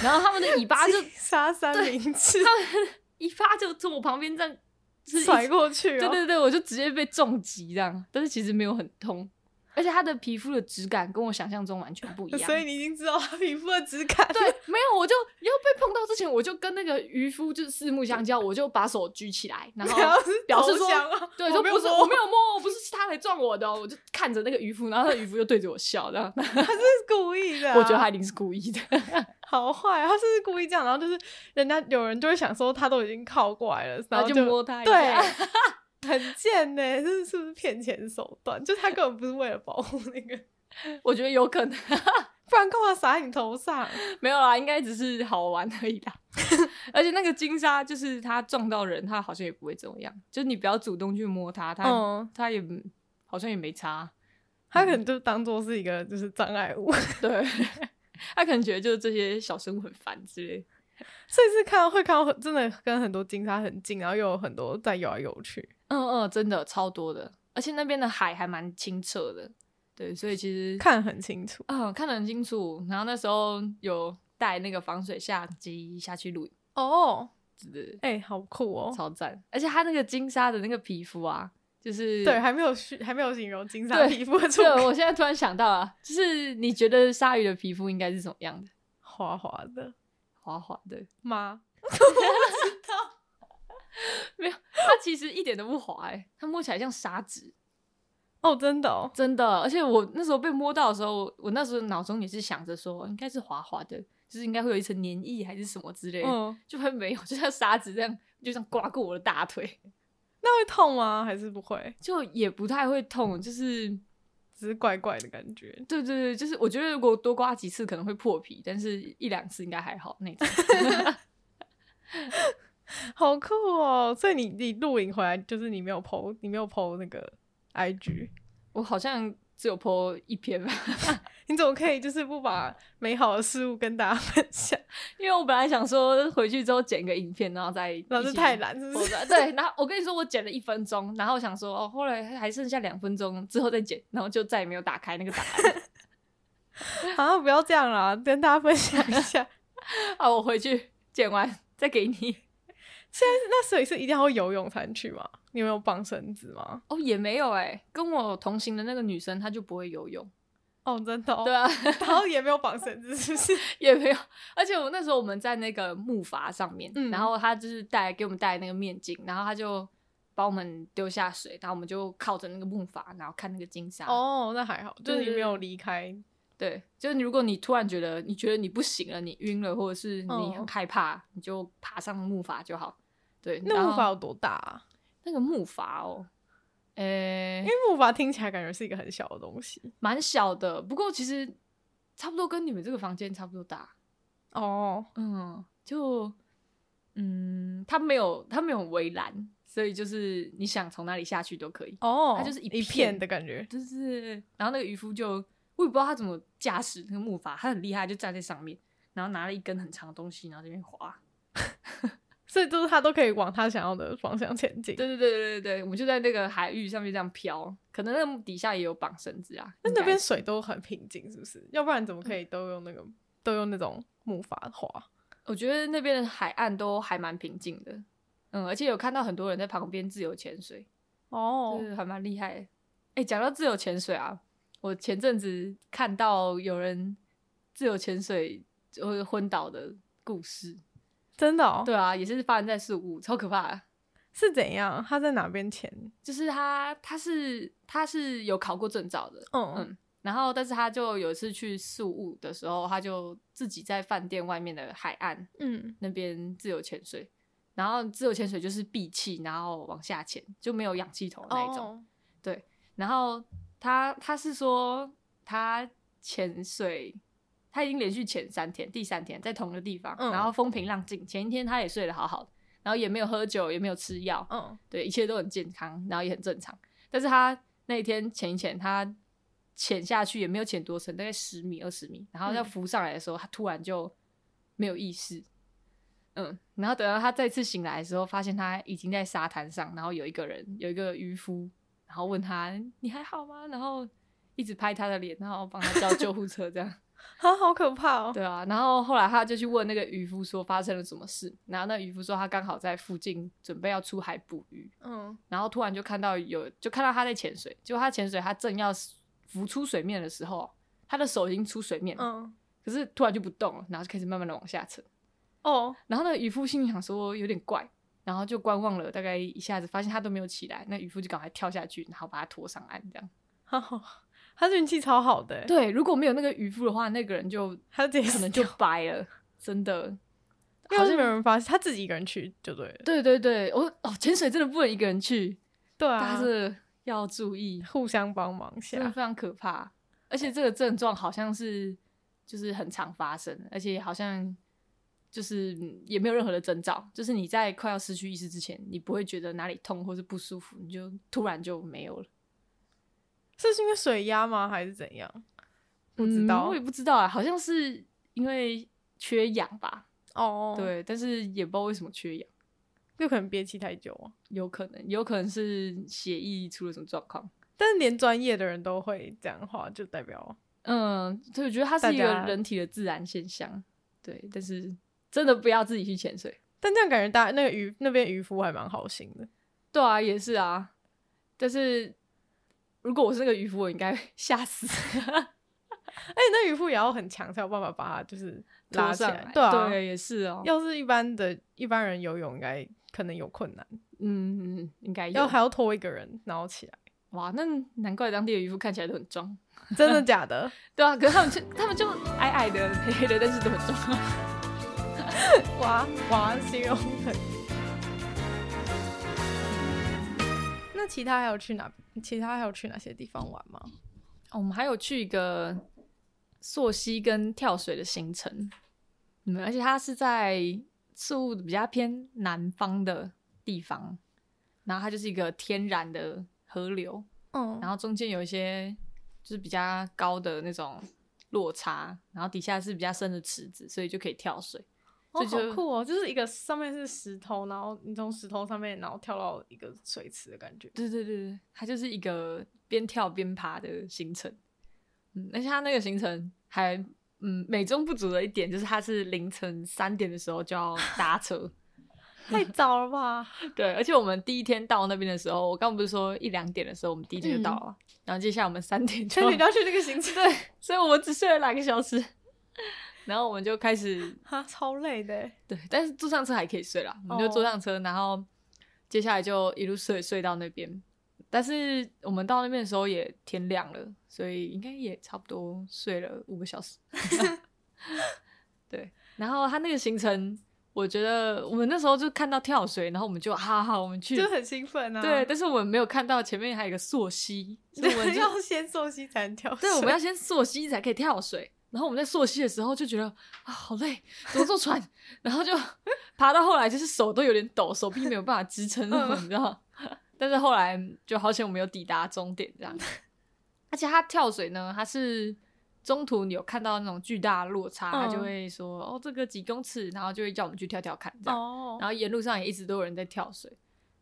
S2: 然后他们的尾巴 啊就
S1: 金鲨三明治
S2: 他们一发就从我旁边这样。就是一直
S1: 甩过去、哦，
S2: 对对对，我就直接被重击这样，但是其实没有很痛，而且它的皮肤的质感跟我想象中完全不一样。
S1: 所以你已经知道它皮肤的质感。
S2: 对，没有，我就要被碰到之前，我就跟那个渔夫就是四目相交，我就把手举起来，然后
S1: 然后是
S2: 表示
S1: 投
S2: 说
S1: 降啊
S2: 对，
S1: 我
S2: 就
S1: 没有
S2: 不是
S1: 摸
S2: 我没有摸，我不是他来撞我的哦、我就看着那个渔夫，然后那个渔夫就对着我笑，这样，
S1: 是故意的啊、
S2: 我觉得他一定是故意的。
S1: 好坏啊，他是不是故意这样，然后就是人家有人就会想说他都已经靠过来了，
S2: 然
S1: 然
S2: 后
S1: 后
S2: 就摸他一
S1: 对
S2: 下，
S1: 很贱呢、是是不是骗钱手段？就他根本不是为了保护那个，
S2: 我觉得有可能
S1: 不然干嘛撒在你头上？啊
S2: 没有啦，应该只是好玩而已啦。 而且那个金鲨就是它撞到人，它好像也不会怎么样，就是你不要主动去摸它，它
S1: 嗯，
S2: 他也好像也没差，
S1: 他可能
S2: 嗯
S1: 就当做是一个就是障碍物，
S2: 对，他可能觉得就是这些小生物很烦之类。
S1: 所以是看到会看到真的跟很多金鲨很近，然后又有很多在游来游去。
S2: 嗯嗯，真的超多的，而且那边的海还蛮清澈的，对，所以其实
S1: 看很清楚，
S2: 嗯看得很清楚。然后那时候有带那个防水相机下去录影，
S1: 哦，
S2: 对对对，
S1: 哎、好酷哦！
S2: 超赞。而且它那个金鲨的那个皮肤啊，就是
S1: 对，还没有去，还没有形容金鲨
S2: 对
S1: 皮 肤的触
S2: 对，
S1: 感，
S2: 我现在突然想到了，就是你觉得鲨鱼的皮肤应该是什么样的？
S1: 滑滑的
S2: 滑滑的，
S1: 吗？
S2: 它其实一点都不滑、欸，它摸起来像砂纸。
S1: 哦，真的哦，
S2: 真的，而且我那时候被摸到的时候，我那时候脑中也是想着说，应该是滑滑的，就是应该会有一层黏液还是什么之类的，
S1: 嗯，
S2: 就会没有，就像沙子这样，就像刮过我的大腿，
S1: 那会痛吗？还是不会？
S2: 就也不太会痛，就是
S1: 只是怪怪的感觉。
S2: 对对对，就是我觉得如果多刮几次可能会破皮，但是一两次应该还好那 种。
S1: 好酷哦！所以你你录影回来，就是你没有 PO，你没有 PO 那个 IG，
S2: 我好像只有 po 一篇吧，
S1: 你怎么可以就是不把美好的事物跟大家分享？
S2: 因为我本来想说回去之后剪个影片，然后再一
S1: 老师
S2: 起
S1: 太懒是不
S2: 我
S1: 是？
S2: 的对，然后我跟你说，我剪了一分钟，然后我想说，哦，后来还剩下两分钟，之后再剪，然后就再也没有打开那个档 案。
S1: 啊，不要这样啦，跟大家分享一下。
S2: 啊，我回去剪完再给你。
S1: 那所以是一定要游泳才能去吗？你有没有绑绳子吗？
S2: 哦，也没有哎、跟我同行的那个女生她就不会游泳，
S1: 哦，真的哦。
S2: 对啊，
S1: 然后也没有绑绳子，是不是？
S2: 也没有。而且我那时候我们在那个木筏上面，
S1: 嗯
S2: 然后她就是带给我们戴那个面镜，然后她就把我们丢下水，然后我们就靠着那个木筏，然后看那个金沙。
S1: 哦，那还好，就是你
S2: 对
S1: 没有离开。
S2: 对，就是你如果你突然觉得你觉得你不行了，你晕了，或者是你
S1: 嗯
S2: 很害怕，你就爬上木筏就好。对，
S1: 那
S2: 然
S1: 木
S2: 后
S1: 筏有多大、啊？
S2: 那个木筏哦，呃、
S1: 因为木筏听起来感觉是一个很小的东西。
S2: 蛮小的，不过其实差不多跟你们这个房间差不多大。
S1: 哦，
S2: 嗯，就嗯，它没有它没有围栏，所以就是你想从哪里下去都可以。
S1: 哦，
S2: 它就是一
S1: 一
S2: 片
S1: 片的感觉。
S2: 就是，然后那个渔夫就我也不知道他怎么驾驶那个木筏，他很厉害，就站在上面，然后拿了一根很长的东西，然后这边划。
S1: 所以就是他都可以往他想要的方向前进。
S2: 对对对对对对，我们就在那个海域上面这样飘，可能那底下也有绑绳子啊。
S1: 那
S2: 应
S1: 那
S2: 该
S1: 边水都很平静，是不是？要不然怎么可以都用那个、都用那种木筏划？
S2: 我觉得那边的海岸都还蛮平静的，嗯，而且有看到很多人在旁边自由潜水，
S1: 哦
S2: 就是还蛮厉害的。哎、讲到自由潜水啊，我前阵子看到有人自由潜水就会昏倒的故事，
S1: 真的哦，
S2: 对啊，也是发生在宿雾，超可怕的。
S1: 是怎样？他在哪边潜？
S2: 就是他，他是他是有考过证照的，
S1: 嗯
S2: 嗯然后，但是他就有一次去宿务的时候，他就自己在饭店外面的海岸
S1: 嗯，
S2: 那边自由潜水，然后自由潜水就是闭气，然后往下潜，就没有氧气筒的那一种。
S1: 哦
S2: 然后他他是说他潜水，他已经连续潜三天，第三天在同一个地方，
S1: 嗯
S2: 然后风平浪静。前一天他也睡得好好的，然后也没有喝酒，也没有吃药，
S1: 嗯，
S2: 对，一切都很健康，然后也很正常。但是他那一天潜一潜，他潜下去也没有潜多深，大概十米、二十米，然后要
S1: 嗯
S2: 浮上来的时候，他突然就没有意识。嗯，然后等到他再次醒来的时候，发现他已经在沙滩上，然后有一个人，有一个渔夫，然后问他你还好吗？然后一直拍他的脸，然后帮他叫救护车，这样。
S1: 啊，好可怕哦。
S2: 对啊，然后后来他就去问那个渔夫说发生了什么事，然后那渔夫说他刚好在附近准备要出海捕鱼，
S1: 嗯，
S2: 然后突然就看到有，就看到他在潜水，结果他潜水，他正要浮出水面的时候，他的手已经出水面了，
S1: 嗯，
S2: 可是突然就不动了，然后就开始慢慢的往下沉。
S1: 哦，
S2: 然后那个渔夫心里想说有点怪，然后就观望了大概一下子，发现他都没有起来，那渔夫就赶快跳下去，然后把他拖上岸。这样
S1: 好， 他运气超好的，欸
S2: 对，如果没有那个渔夫的话，那个人就
S1: 他自己
S2: 可能
S1: 死
S2: 就
S1: 掉
S2: 掰了，真的。
S1: 因为
S2: 好
S1: 是
S2: 像
S1: 没有人发现，他自己一个人去就对了。
S2: 对对对，我哦，潜水真的不能一个人去，
S1: 对
S2: 大
S1: 啊
S2: 家，是要注意。
S1: 互相帮忙
S2: 真的
S1: 下。
S2: 非常可怕。而且这个症状好像是就是很常发生，而且好像就是嗯也没有任何的征兆，就是你在快要失去意识之前，你不会觉得哪里痛或是不舒服，你就突然就没有了。
S1: 这是因为水压吗？还是怎样？不知
S2: 嗯
S1: 道
S2: 我也不知道啊，好像是因为缺氧吧？
S1: 哦，，
S2: 对，但是也不知道为什么缺氧，
S1: 就可能憋气太久啊。
S2: 有可能有可能是血液出了什么状况。
S1: 但是连专业的人都会这样的话，就代表
S2: 嗯，所以我觉得它是一
S1: 大
S2: 个
S1: 家
S2: 人体的自然现象。对，但是真的不要自己去潜水。
S1: 但这样感觉大那个渔那边渔夫还蛮好心的，
S2: 对啊，也是啊。但是如果我是那个渔夫，我应该 会吓死，
S1: 而 且那渔夫也要很强才有办法把他就是拉
S2: 拖
S1: 起
S2: 上
S1: 来，对啊，
S2: 对，也是哦。
S1: 要是一般的一般人游泳应该可能有困难，
S2: 嗯，嗯应该
S1: 要
S2: 有。
S1: 还要拖一个人然后起来，
S2: 哇，那难怪当地的渔夫看起来都很壮。
S1: 真的假的？
S2: 对啊，可是他们就他们就矮矮的、黑黑的，但是都很壮。 啊
S1: 哇哇，形容很。那其他还有去哪？其他还有去哪些地方玩吗？
S2: 我们还有去一个溯溪跟跳水的行程，嗯，而且它是在宿务比较偏南方的地方，然后它就是一个天然的河流，
S1: 嗯
S2: 然后中间有一些就是比较高的那种落差，然后底下是比较深的池子，所以就可以跳水。
S1: 哦，
S2: 这就
S1: 好酷哦！就是一个上面是石头，然后你从石头上面，然后跳到一个水池的感觉。
S2: 对对对对，它就是一个边跳边爬的行程。嗯，而且它那个行程还嗯美中不足的一点就是它是凌晨三点的时候就要搭车。
S1: 太早了吧？
S2: 对，而且我们第一天到那边的时候，我刚不是说一两点的时候我们第一天就到了，然后接下来我们嗯三点就
S1: 所以你要去那个行程， 对，
S2: 所以我们只睡了两个小时， 然后我们就开始
S1: 哈，超累的。欸
S2: 对，但是坐上车还可以睡啦，我们
S1: 哦
S2: 就坐上车，然后接下来就一路睡睡到那边。但是我们到那边的时候也天亮了，所以应该也差不多睡了五个 小时。对，然后他那个行程，我觉得我们那时候就看到跳水，然后我们就哈哈，我们去。
S1: 就很兴奋啊！
S2: 对，，但是我们没有看到前面还有一个 溯溪，所以我们
S1: 对，
S2: 就
S1: 要先做西才能跳水。
S2: 对，我们要先溯溪才可以跳水。然后我们在溯溪的时候就觉得啊好累，怎么坐船？ 然后就爬到后来就是手都有点抖，手臂没有办法支撑那
S1: 嗯
S2: 种，你知道吗？ 但是后来就好险我们有抵达终点这样。而且他跳水呢，他是中途你有看到那种巨大的落差，他就
S1: 嗯
S2: 会说哦这个几公尺，然后就会叫我们去跳跳看这 样。
S1: 哦
S2: 然后沿路上也一直都有人在跳水，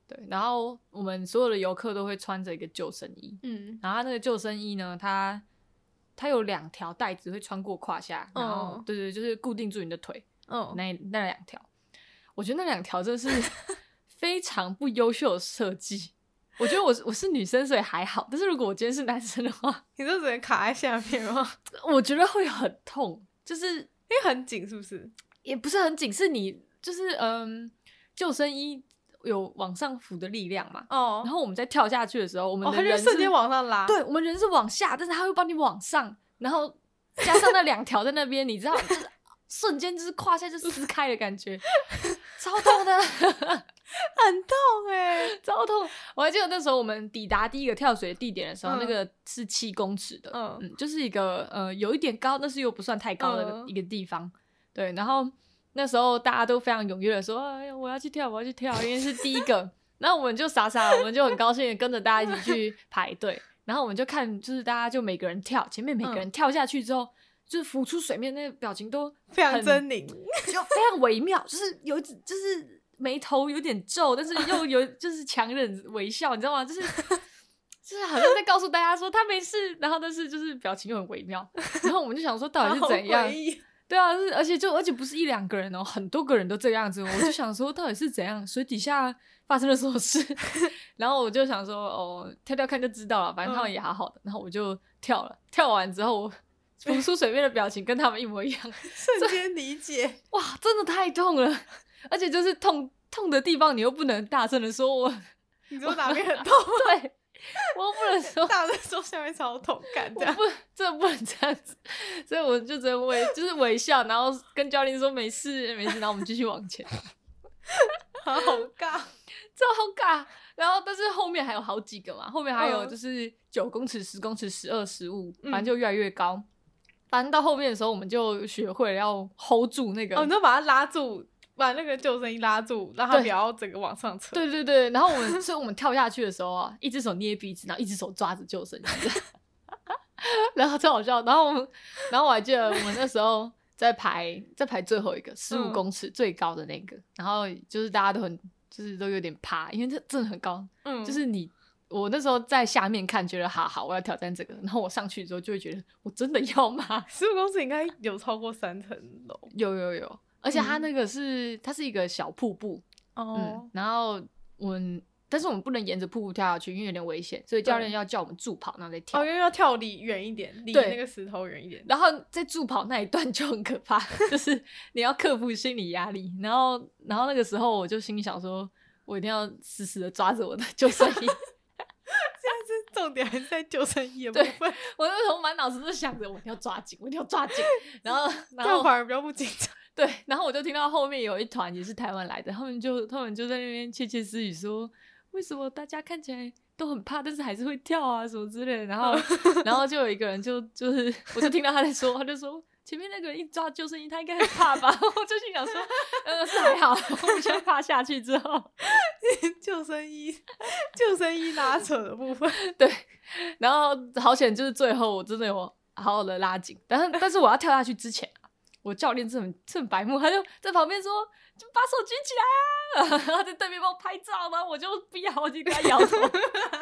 S2: 对。然后我们所有的游客都会穿着一个救生衣，
S1: 嗯，
S2: 然后他那个救生衣呢，它它有两条带子会穿过胯下，然后、
S1: 嗯
S2: 对对，就是固定住你的腿
S1: 嗯，
S2: 那那两条。我觉得那两条真的 是非常不优秀的设计。我觉得我是我是女生，所以还好。但是如果我今天是男生的话，
S1: 你就只能卡在下面吗？
S2: 我觉得会很痛，就是
S1: 因为很紧，是不是？
S2: 也不是很紧，是你就是嗯，救生衣有往上浮的力量嘛。
S1: 哦
S2: 然后我们在跳下去的时候，我们
S1: 哦，
S2: 的
S1: 他就
S2: 人
S1: 瞬
S2: 是
S1: 间往上拉，
S2: 对，我们人是往下，但是他会帮你往上，然后加上那两条在那边，你知道，就是瞬间就是胯下就撕开的感觉， 超痛的，
S1: 很痛哎、
S2: 超痛。我还记得那时候我们抵达第一个跳水地点的时候，
S1: 嗯
S2: 那个是七公尺的，
S1: 嗯
S2: 嗯，就是一个呃有一点高，但是又不算太高的
S1: 嗯
S2: 一个地方，对，然后。那时候大家都非常踊跃的说：“哎呀，我要去跳，我要去跳，因为是第一个。”然后我们就傻傻，我们就很高兴的跟着大家一起 去排队，然后我们就看，就是大家就每个人跳，前面每
S1: 嗯
S2: 个人跳下去之后，就是浮出水面那个表情都
S1: 非常
S2: 很
S1: 狰狞，
S2: 就非常微妙，就是有一只就是眉头有点皱，但是又有就是强忍微笑，你知道吗？就是就是好像在告诉大家说他没事，然后但是就是表情又很微妙，然后我们就想说到底是怎样
S1: 好诡？ 异
S2: 对啊，是而且就而且不是一两个人哦，很多个人都这样子，哦我就想说到底是怎样，水底下发生了什么事？ 然后我就想说哦，跳跳看就知道了，反正他们也好好的。然后我就跳了，跳完之后我浮出水面的表情跟他们一模一样，
S1: 瞬间理 解，
S2: 哇，真的太痛了，而且就是痛痛的地方，你又不能大声的说我，
S1: 你说哪 边很痛？
S2: 对我又不能说，
S1: 大家在说下面超痛感这
S2: 我
S1: 样
S2: 不，这不能这样子，所以我就只能微就是微笑，然后跟教练说没事没事，然后我们继续往前，
S1: 好尬，
S2: 这好尬。然后但是后面还有好几个嘛，后面还有
S1: 嗯
S2: 就是九公尺、十公尺、十二、十五，
S1: 嗯
S2: 反正就越来越高。反正到后面的时候，我们就学会了要 hold 住那个
S1: 哦，你就把它拉住，把那个救生衣拉住，让它
S2: 对
S1: 不要整个往上扯。
S2: 对 对对，然后我们，所以我们跳下去的时候啊，一只手捏鼻子，然后一只手抓着救生衣， 然后超好笑。然后我们，然后我还记得我们那时候在排在排最后一个十五
S1: 嗯
S2: 公尺最高的那个，然后就是大家都很就是都有点怕，因为这真的很高，
S1: 嗯，
S2: 就是你。我那时候在下面看，觉得好好，我要挑战这个。然后我上去之后，就会觉得我真的要吗？
S1: 十五公尺应该有超过三层楼
S2: 有有有，而且它
S1: 嗯
S2: 那个是、它是一个小瀑布，
S1: 哦
S2: 嗯，，然后我们，但是我们不能沿着瀑布跳下去，因为有点危险，所以教练
S1: 对
S2: 要叫我们助跑，然后再跳。
S1: 哦，因为要跳离远一点，离
S2: 对
S1: 那个石头远一 点。
S2: 然后在助跑那一段就很可怕， 就是你要克服心理压力。然后，然后那个时候我就心里想说，我一定要死死的抓着我的救生衣。
S1: 这重点还是在救生衣的
S2: 对
S1: 部分，
S2: 我那时候满脑子都想着，我一定要抓紧，我一定要抓紧。然后，
S1: 这
S2: 然
S1: 样
S2: 后
S1: 反而比较不紧张。
S2: 对，然后我就听到后面有一团也是台湾来的，他们就他们就在那边窃窃私语说，为什么大家看起来都很怕，但是还是会跳啊什么之类的。然后然后就有一个人就就是，我就听到他在说，他就说前面那个人一抓救生衣，他应该很怕吧？ 我就心想说，呃，是还好，我先趴下去之后，
S1: 救生衣， 救生衣拉扯的部分，
S2: 对，然后好险就是最后我真的有好好的拉紧，但是但是我要跳下去之前啊。我教练这很这很白目，他就在旁边说：“就把手举起来啊！” 然后在对面帮我拍照嘛，我就不要，我就跟他摇头。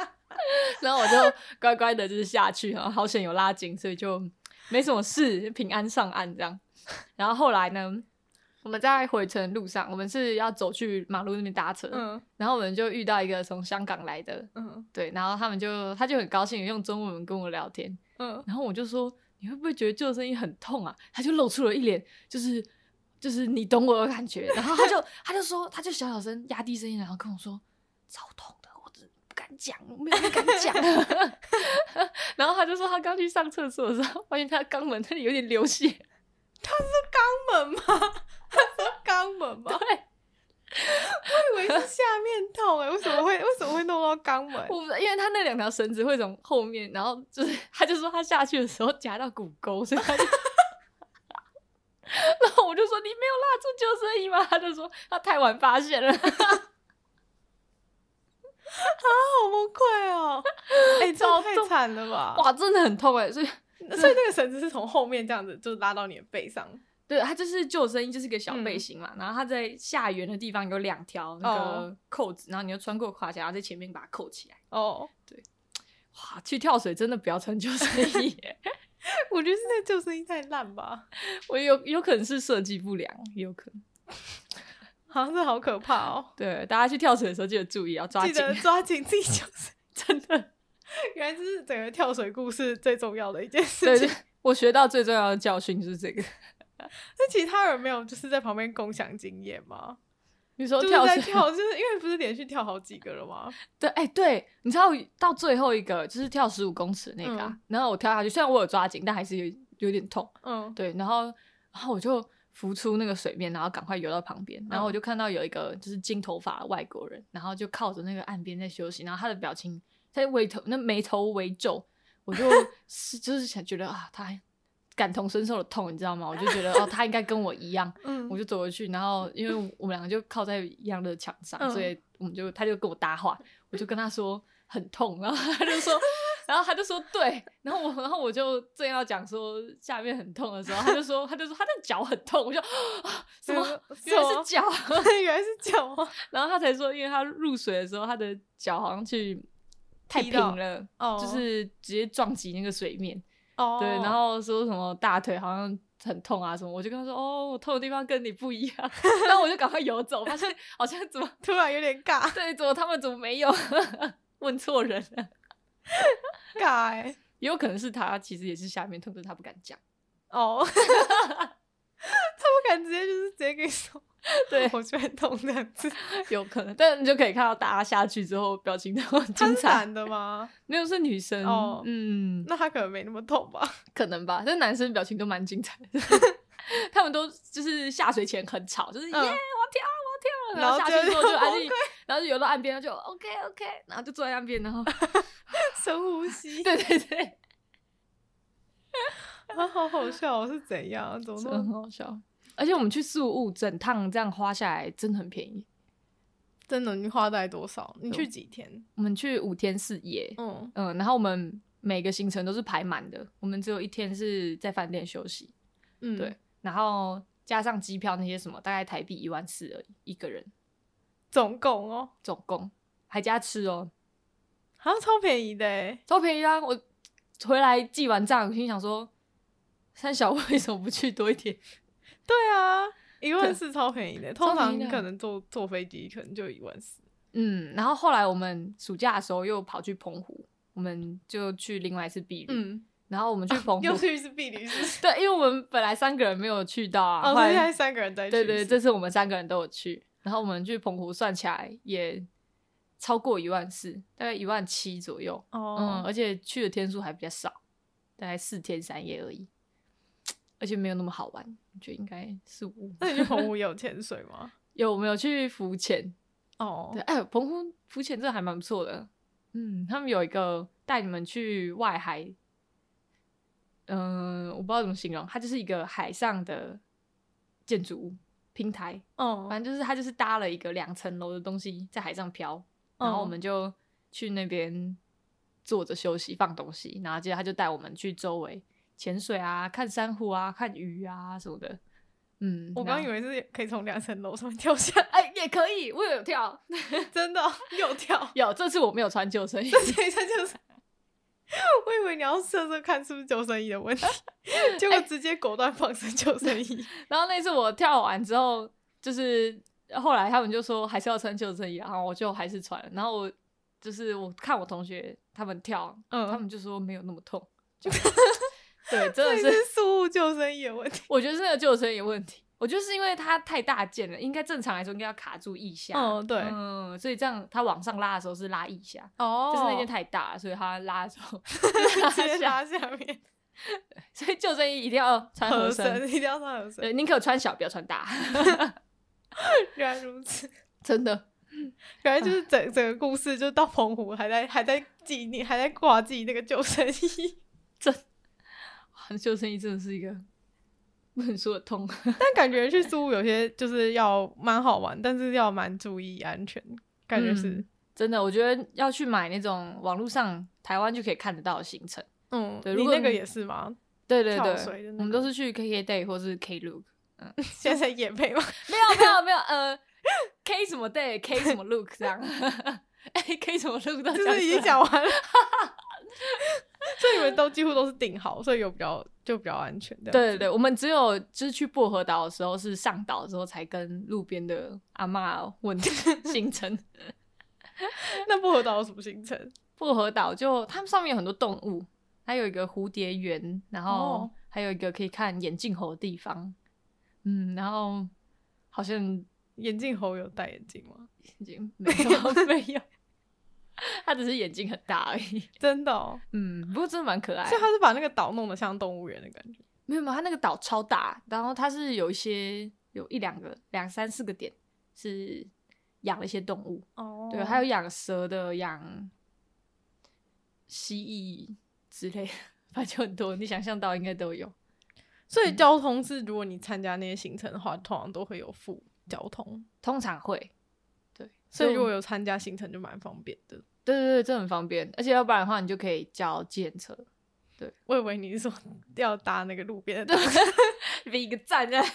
S2: 然后我就乖乖的，就是下去啊，好险有拉紧，所以就没什么事，平安上岸这样。然后后来呢，我们在回程路上，我们是要走去马路那边搭车，
S1: 嗯
S2: 然后我们就遇到一个从香港来的
S1: 嗯
S2: 对，然后他们就他就很高兴用中文跟我聊天，
S1: 嗯，
S2: 然后我就说你会不会觉得救生衣很痛啊？他就露出了一脸就是就是你懂我的感觉，然后他就他就说他就小小声压低声音，然后跟我说超痛的，我真的不敢讲，我没有人敢讲。 然后他就说他刚去上厕所的时候，发现他的肛门那里有点流血，
S1: 肛门吗？ 肛门吗？
S2: 对。
S1: 我以为是下面痛哎、为什么会为什么会弄到肛门？
S2: 我不知道，因为他那两条绳子会从后面，然后就是 他就说他下去的时候夹到骨沟，所以 他就。然后我就说你没有拉住救生衣吗？他就说他太晚发现了。
S1: 好崩溃哦！哎、这哦
S2: 超
S1: 太
S2: 痛
S1: 惨了吧！
S2: 哇，真的很痛哎！所以
S1: 所以那个绳子是从后面这样子就拉到你的背上。
S2: 对，它就是救生衣，就是个小
S1: 嗯
S2: 背心嘛。然后它在下缘的地方有两条那个
S1: 哦
S2: 扣子，然后你就穿过胯下，然后在前面把它扣起来。
S1: 哦，
S2: 哇，去跳水真的不要穿救生 衣耶，
S1: 我觉得是那救生衣太烂吧，
S2: 我有有可能是设计不良，也有可能。
S1: 好像是好可怕哦。
S2: 对，大家去跳水的时候记得注意，要抓
S1: 记
S2: 紧。
S1: 得抓紧自己救生，
S2: 真的，
S1: 原来这是整个跳水故事最重要的一件事
S2: 对
S1: 情。
S2: 对，我学到最重要的教训就是这个。
S1: 那其他人没有就是在旁边共享经验吗？
S2: 你说
S1: 就是
S2: 跳
S1: 在
S2: 水，
S1: 跳，就是因为不是连续跳好几个了吗？
S2: 对，哎、对，你知道到最后一个就是跳十五公尺那个、啊，
S1: 嗯
S2: 然后我跳下去，虽然我有抓紧，但还是有有点痛。
S1: 嗯，
S2: 对，然后然后我就浮出那个水面，然后赶快游到旁边，然后我
S1: 嗯
S2: 就看到有一个就是金头发的外国人，然后就靠着那个岸边在休息，然后他的表情他微头那眉头微皱，我 就是就是想觉得啊，他感同身受的痛，你知道吗？我就觉得哦，他应该跟我一样，
S1: 嗯
S2: 我就走过去，然后因为我们两个就靠在一样的墙上，
S1: 嗯
S2: 所以我们就他就跟我搭话，我就跟他说很痛，然后他就说， 然后他就说对，然后我然后我就正要讲说下面很痛的时候，他就说他就说他的脚很痛，我就啊什
S1: 嗯
S2: 么原来是脚，
S1: 原来是脚啊
S2: 然后他才说，因为他入水的时候他的脚好像去太
S1: 踢
S2: 平
S1: 到
S2: 了，
S1: 哦
S2: 就是直接撞击那个水面，
S1: 哦，
S2: 对，然后说什么大腿好像很痛啊什么，我就跟他说哦，我痛的地方跟你不一样， 然后我就赶快游走，发现好像怎么
S1: 突然有点尬
S2: 对，怎么他们怎么没有 问错人了？
S1: 尬哎，
S2: 也有可能是他其实也是下面痛，但是他不敢讲。
S1: 哦， 他不敢直接就是直接跟你说，
S2: 对，
S1: 我觉得很痛这样 子。
S2: 有可能，但你就可以看到大家下去之后表情都很
S1: 他
S2: 精
S1: 是
S2: 彩。
S1: 男的吗？
S2: 没有是女生，
S1: 哦
S2: 嗯，
S1: 那他可能没那么痛吧？
S2: 可能吧，但男生表情都蛮精彩的。 他们都就是下水前很吵，就是耶、
S1: 嗯
S2: 我要跳我要跳，然
S1: 然
S2: 后
S1: 后
S2: 下去之后
S1: 就
S2: 就安静，然后就游到岸边，然后就 OK OK，然后就坐在岸边，然后
S1: 深呼吸，
S2: 对对 对，
S1: 啊，好好笑哦，是怎样？怎么
S2: 真
S1: 那
S2: 的很
S1: 么
S2: 好笑。而且我们去宿务整趟这样花下来真的很便宜，
S1: 真的？你花大概多少？你去几天？
S2: 我们去五天四夜，
S1: 嗯，
S2: 嗯，然后我们每个行程都是排满的，我们只有一天是在饭店休息，
S1: 嗯
S2: 对，，然后加上机票那些什么，大概台币一万四而已一个人，
S1: 总共哦，
S2: 总共还加吃哦，
S1: 好像超便宜的哎。
S2: 超便宜啊！我回来记完账，我心想说，三小为什么不去多一点？
S1: 对啊，一万四超便宜的，通
S2: 超
S1: 常
S2: 便宜的
S1: 可能坐坐飞机可能就一万四。
S2: 嗯，然后后来我们暑假的时候又跑去澎湖，我们就去另外一次避旅，
S1: 嗯，
S2: 然后我们去澎湖，
S1: 又去一次避旅是？
S2: 对，因为我们本来三个人没有去到啊，
S1: 哦，
S2: 后
S1: 所以现
S2: 来
S1: 在三个人在去。
S2: 对对，
S1: 对，
S2: 这次我们三个人都有去，然后我们去澎湖算起来也超过一万四，大概一万七左右，嗯，
S1: 哦，
S2: 而且去的天数还比较少，大概四天三夜而已，而且没有那么好玩，我觉得应该是五。
S1: 那你去澎湖有潜水吗？
S2: 有我们有去浮潜，
S1: 哦
S2: 对，，哎，澎湖浮潜这还蛮不错的，嗯，他们有一个带你们去外海，嗯、我不知道怎么形容，它就是一个海上的建筑物平台，
S1: 哦，
S2: 反正就是它就是搭了一个两层楼的东西在海上飘，然
S1: 嗯
S2: 后我们就去那边坐着休息放东西，然后接着他就带我们去周围潜水啊、看珊瑚啊、看鱼啊什么的。嗯，
S1: 我刚
S2: 然
S1: 以
S2: 后
S1: 为是可以从两层楼上面跳下来，
S2: 哎、也可以，我有跳，，
S1: 真的哦 又跳
S2: 有这次我没有穿救生衣，
S1: 所以这就是。我以为你要测测看是不是救生衣的问题，结
S2: 哎
S1: 果直接果断放生救生 衣。
S2: 然后那次我跳完之后，就是后来他们就说还是要穿救生衣，然后我就还是穿了，然后我就是我看我同学他们跳，
S1: 嗯
S2: 他们就说没有那么痛，就 对，真
S1: 这
S2: 的是
S1: 是宿务救生衣的问题。
S2: 我觉得是那个救生衣的问题。我觉得是因为它太大件了，应该正常来说应该要卡住腋下。
S1: 嗯对
S2: 嗯，所以这样它往上拉的时候是拉腋下，
S1: 哦
S2: 就是那件太大了，所以它拉的 时候
S1: 直接
S2: 拉下。
S1: 拉下面，
S2: 所以救生衣一定要穿合
S1: 合
S2: 身，
S1: 身一定要穿合 身。
S2: 对，宁可穿小不要 穿大，
S1: 原来如此，
S2: 真的。
S1: 原来就是整整个故事，就到澎湖还在还在纪念，还在挂记那个救生衣。
S2: 哇救生衣真的是一个不能说的痛，
S1: 但感觉去苏有些就是要蛮好玩，但是要蛮注意安全，感觉是
S2: 嗯真的。我觉得要去买那种网络上台湾就可以看得到的行程，
S1: 嗯，
S2: 对
S1: 你
S2: 如果
S1: 那个
S2: 你
S1: 也是吗？
S2: 对对
S1: 跳
S2: 对
S1: 水的，那
S2: 我们都
S1: 个
S2: 是去 KK Day 或是 K Look。
S1: 现在也配吗？
S2: 没有没有没有， 呃，K 什么 Day，K 什么 Look 这样。 哎，K 什么 Look 都
S1: 就是已经
S2: 出来
S1: 讲完 了，所以你们都几乎都是顶好，所以有比较就比较安全的。
S2: 对对对，我们只有就是去薄荷岛的时候是上岛之后才跟路边的阿嬷问行程。
S1: 那薄荷岛有什么行程？
S2: 薄荷岛就它们上面有很多动物，它有一个蝴蝶园，然后
S1: 哦
S2: 还有一个可以看眼镜猴的地方。嗯，然后好像
S1: 眼镜猴有戴眼镜吗？
S2: 已经没有没有， 它只是眼睛很大而已。
S1: 真的哦，
S2: 嗯，不过真的蛮可爱的
S1: 所以。他是把那个岛弄得像动物园的感觉。
S2: 没有没有，它那个岛超大，然后它是有一些有一两个、两三四个点是养了一些动物，
S1: 哦
S2: 对，还有养蛇的、养蜥蜴之类的， 反正就很多，你想象到应该都有。
S1: 所
S2: 嗯
S1: 以交通是，如果你参加那些行程的话，通常都会有付交通，
S2: 通常会，对，
S1: 所以
S2: 就
S1: 如果有参加行程就蛮方便的。
S2: 对对对，这很方便，而且要不然的话，你就可以叫建车，
S1: 我以为你是说 要搭那个路边的，
S2: 比一个赞啊 这样，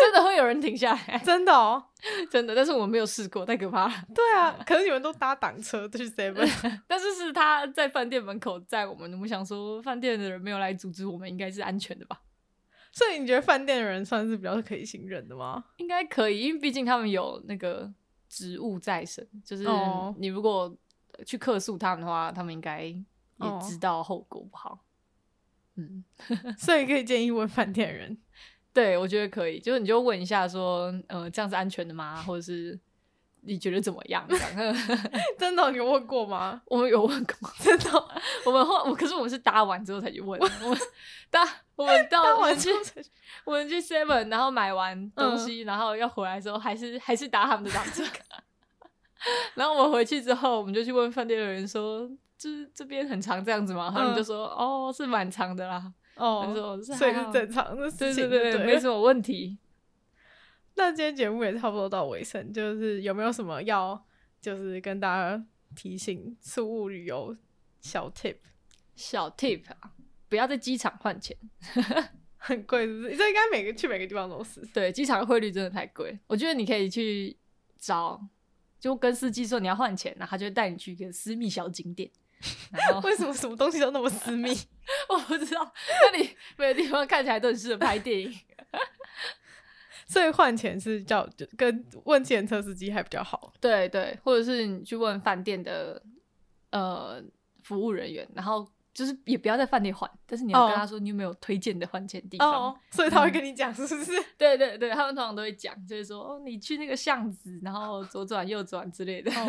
S2: 真的会有人停下来，
S1: 真的哦，
S2: 真的，但是我没有试过，太可怕了。
S1: 对啊，可是你们都搭挡车去 seven，
S2: 但是是他在饭店门口载我们，我们想说饭店的人没有来阻止我们，应该是安全的吧？
S1: 所以你觉得饭店的人算是比较可以信任的吗？
S2: 应该可以，因为毕竟他们有那个职务在身，就是
S1: 哦
S2: 你如果去客诉他们的话，他们应该也
S1: 哦
S2: 知道后果不好。嗯，
S1: 所以可以建议问饭店人。
S2: 对，我觉得可以，就是你就问一下说，呃，这样是安全的 吗？或者是你觉得怎么样？这 样
S1: 真的哦、你有问过吗？
S2: 我们有问过，真的，我们后我可是我们是搭完之后才去问，我们 搭我们到
S1: 搭
S2: 我
S1: 完
S2: 们 去
S1: 之后才去
S2: 我们去 Seven，然后买完东
S1: 嗯
S2: 西，然后要回来的时候，还是还是搭他们的缆车。 然后我回去之后，我们就去问饭店的人说，就是这边很长这样子嘛，然后他们就说，哦，是蛮长的啦。他
S1: 嗯哦，
S2: 说，
S1: 所以
S2: 还
S1: 是
S2: 好
S1: 正常的
S2: 对
S1: 事情就
S2: 对
S1: 对
S2: 对
S1: 了，
S2: 对，没什么问题。
S1: 那今天节目也差不多到尾声，就是有没有什么要就是跟大家提醒宿务旅游小 tip？
S2: 小 tip 啊，不要在机场换钱，
S1: 很贵是不是？这应该每个去每个地方都是。
S2: 对，机场汇率真的太贵。我觉得你可以去找，就跟司机说你要换钱，然后他就会带你去一个私密小 景点。然后
S1: 为什么什么东西都那么私密？
S2: 我不知道，那里每个地方看起来都很适合拍电影。
S1: 所以换钱是叫就跟问计程车司机还比较好。
S2: 对对，或者是你去问饭店的呃服务人员，然后就是也不要在饭店换，但是你要跟
S1: 哦
S2: 他说你有没有推荐的换钱地方。，嗯
S1: 所以他会跟你讲是不是？
S2: 对对对，他们通常都会讲，就是说哦，你去那个巷子，然后左转右转之类的。
S1: 哦，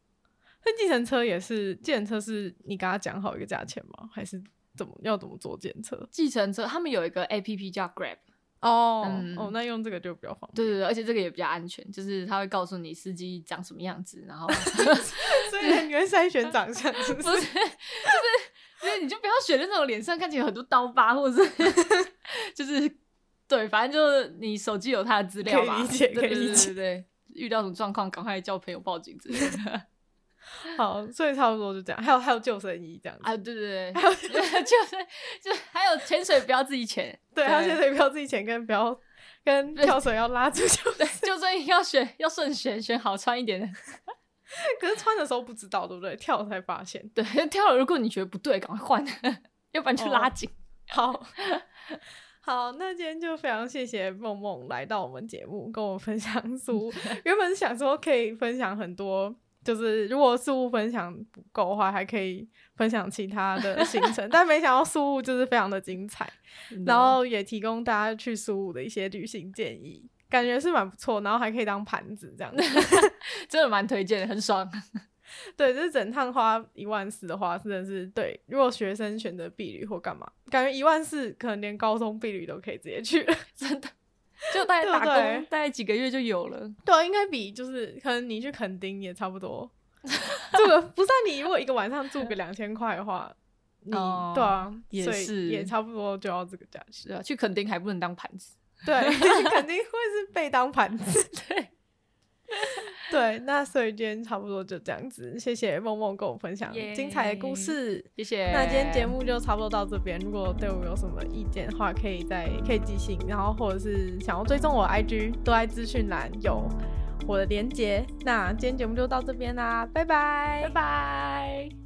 S1: 那计程车也是，计程车是你跟他讲好一个价钱吗？还是怎么要怎么坐计程车？
S2: 计程车他们有一个 A P P 叫 Grab，
S1: 哦、
S2: 嗯
S1: 哦，那用这个就比较方便。
S2: 对对对，而且这个也比较安全，就是他会告诉你司机长什么样子，然后
S1: 所以你会筛选长相是 不？
S2: 不是，就是 就是你就不要选那种脸上看起来有很多刀疤，或者是 就是对，反正就是你手机有他的资料嘛，
S1: 可以理解可
S2: 对
S1: 以理解
S2: 对对对对遇到什么状况，赶快叫朋友报警之类 的
S1: 好，所以差不多就这样。还有还有救生衣这样子，
S2: 啊，对对对， 就是就还有潜水不要自 己潜，
S1: 对，还有现在不要自己前跟不要跟跳水要拉住就。
S2: 对，救生衣要选要慎选，选好穿一点的。
S1: 可是穿的时候不知道，对不对？跳了才发现。
S2: 对，跳了如果你觉得不对，赶快换， 要不然就拉紧。
S1: 哦好， 好，那今天就非常谢谢梦梦来到我们节目，跟我们分 享书。原本是想说可以分享很多，就是如果事物分享不够的话，还可以分享其他的行 程，但没想到事物就是非常的精彩，然后也提供大家去苏武的一些旅行建议。感觉是蛮不错，然后还可以当盘子这样子。
S2: 真的蛮推荐的，很爽。
S1: 对，就是整趟花一万四的话，真的是对。如果学生选择避旅或干嘛，感觉一万四可能连高中避旅都可以直接去了。
S2: 就大概打工，
S1: 对啊对
S2: 大概几个月就有了。
S1: 对啊，应该比就是可能你去垦丁也差不多， 住个不是、啊、你如果一个晚上住个两千块的话，你、
S2: 哦
S1: 对啊，
S2: 也
S1: 所以
S2: 是
S1: 也差不多就要这个价钱。
S2: 是啊，去垦丁还不能当盘子。
S1: 对，肯定会是被当盘子。
S2: 对，
S1: 对，那所以今天差不多就这样子，谢谢梦梦跟我分享
S2: 耶
S1: 精彩的故事。
S2: 谢谢。
S1: 那今天节目就差不多到这边，如果对我有什么意见的话，可以在可以寄信，然后或者是想要追踪我的 IG，都在资讯栏有我的连接。那今天节目就到这边啦，拜拜，
S2: 拜拜。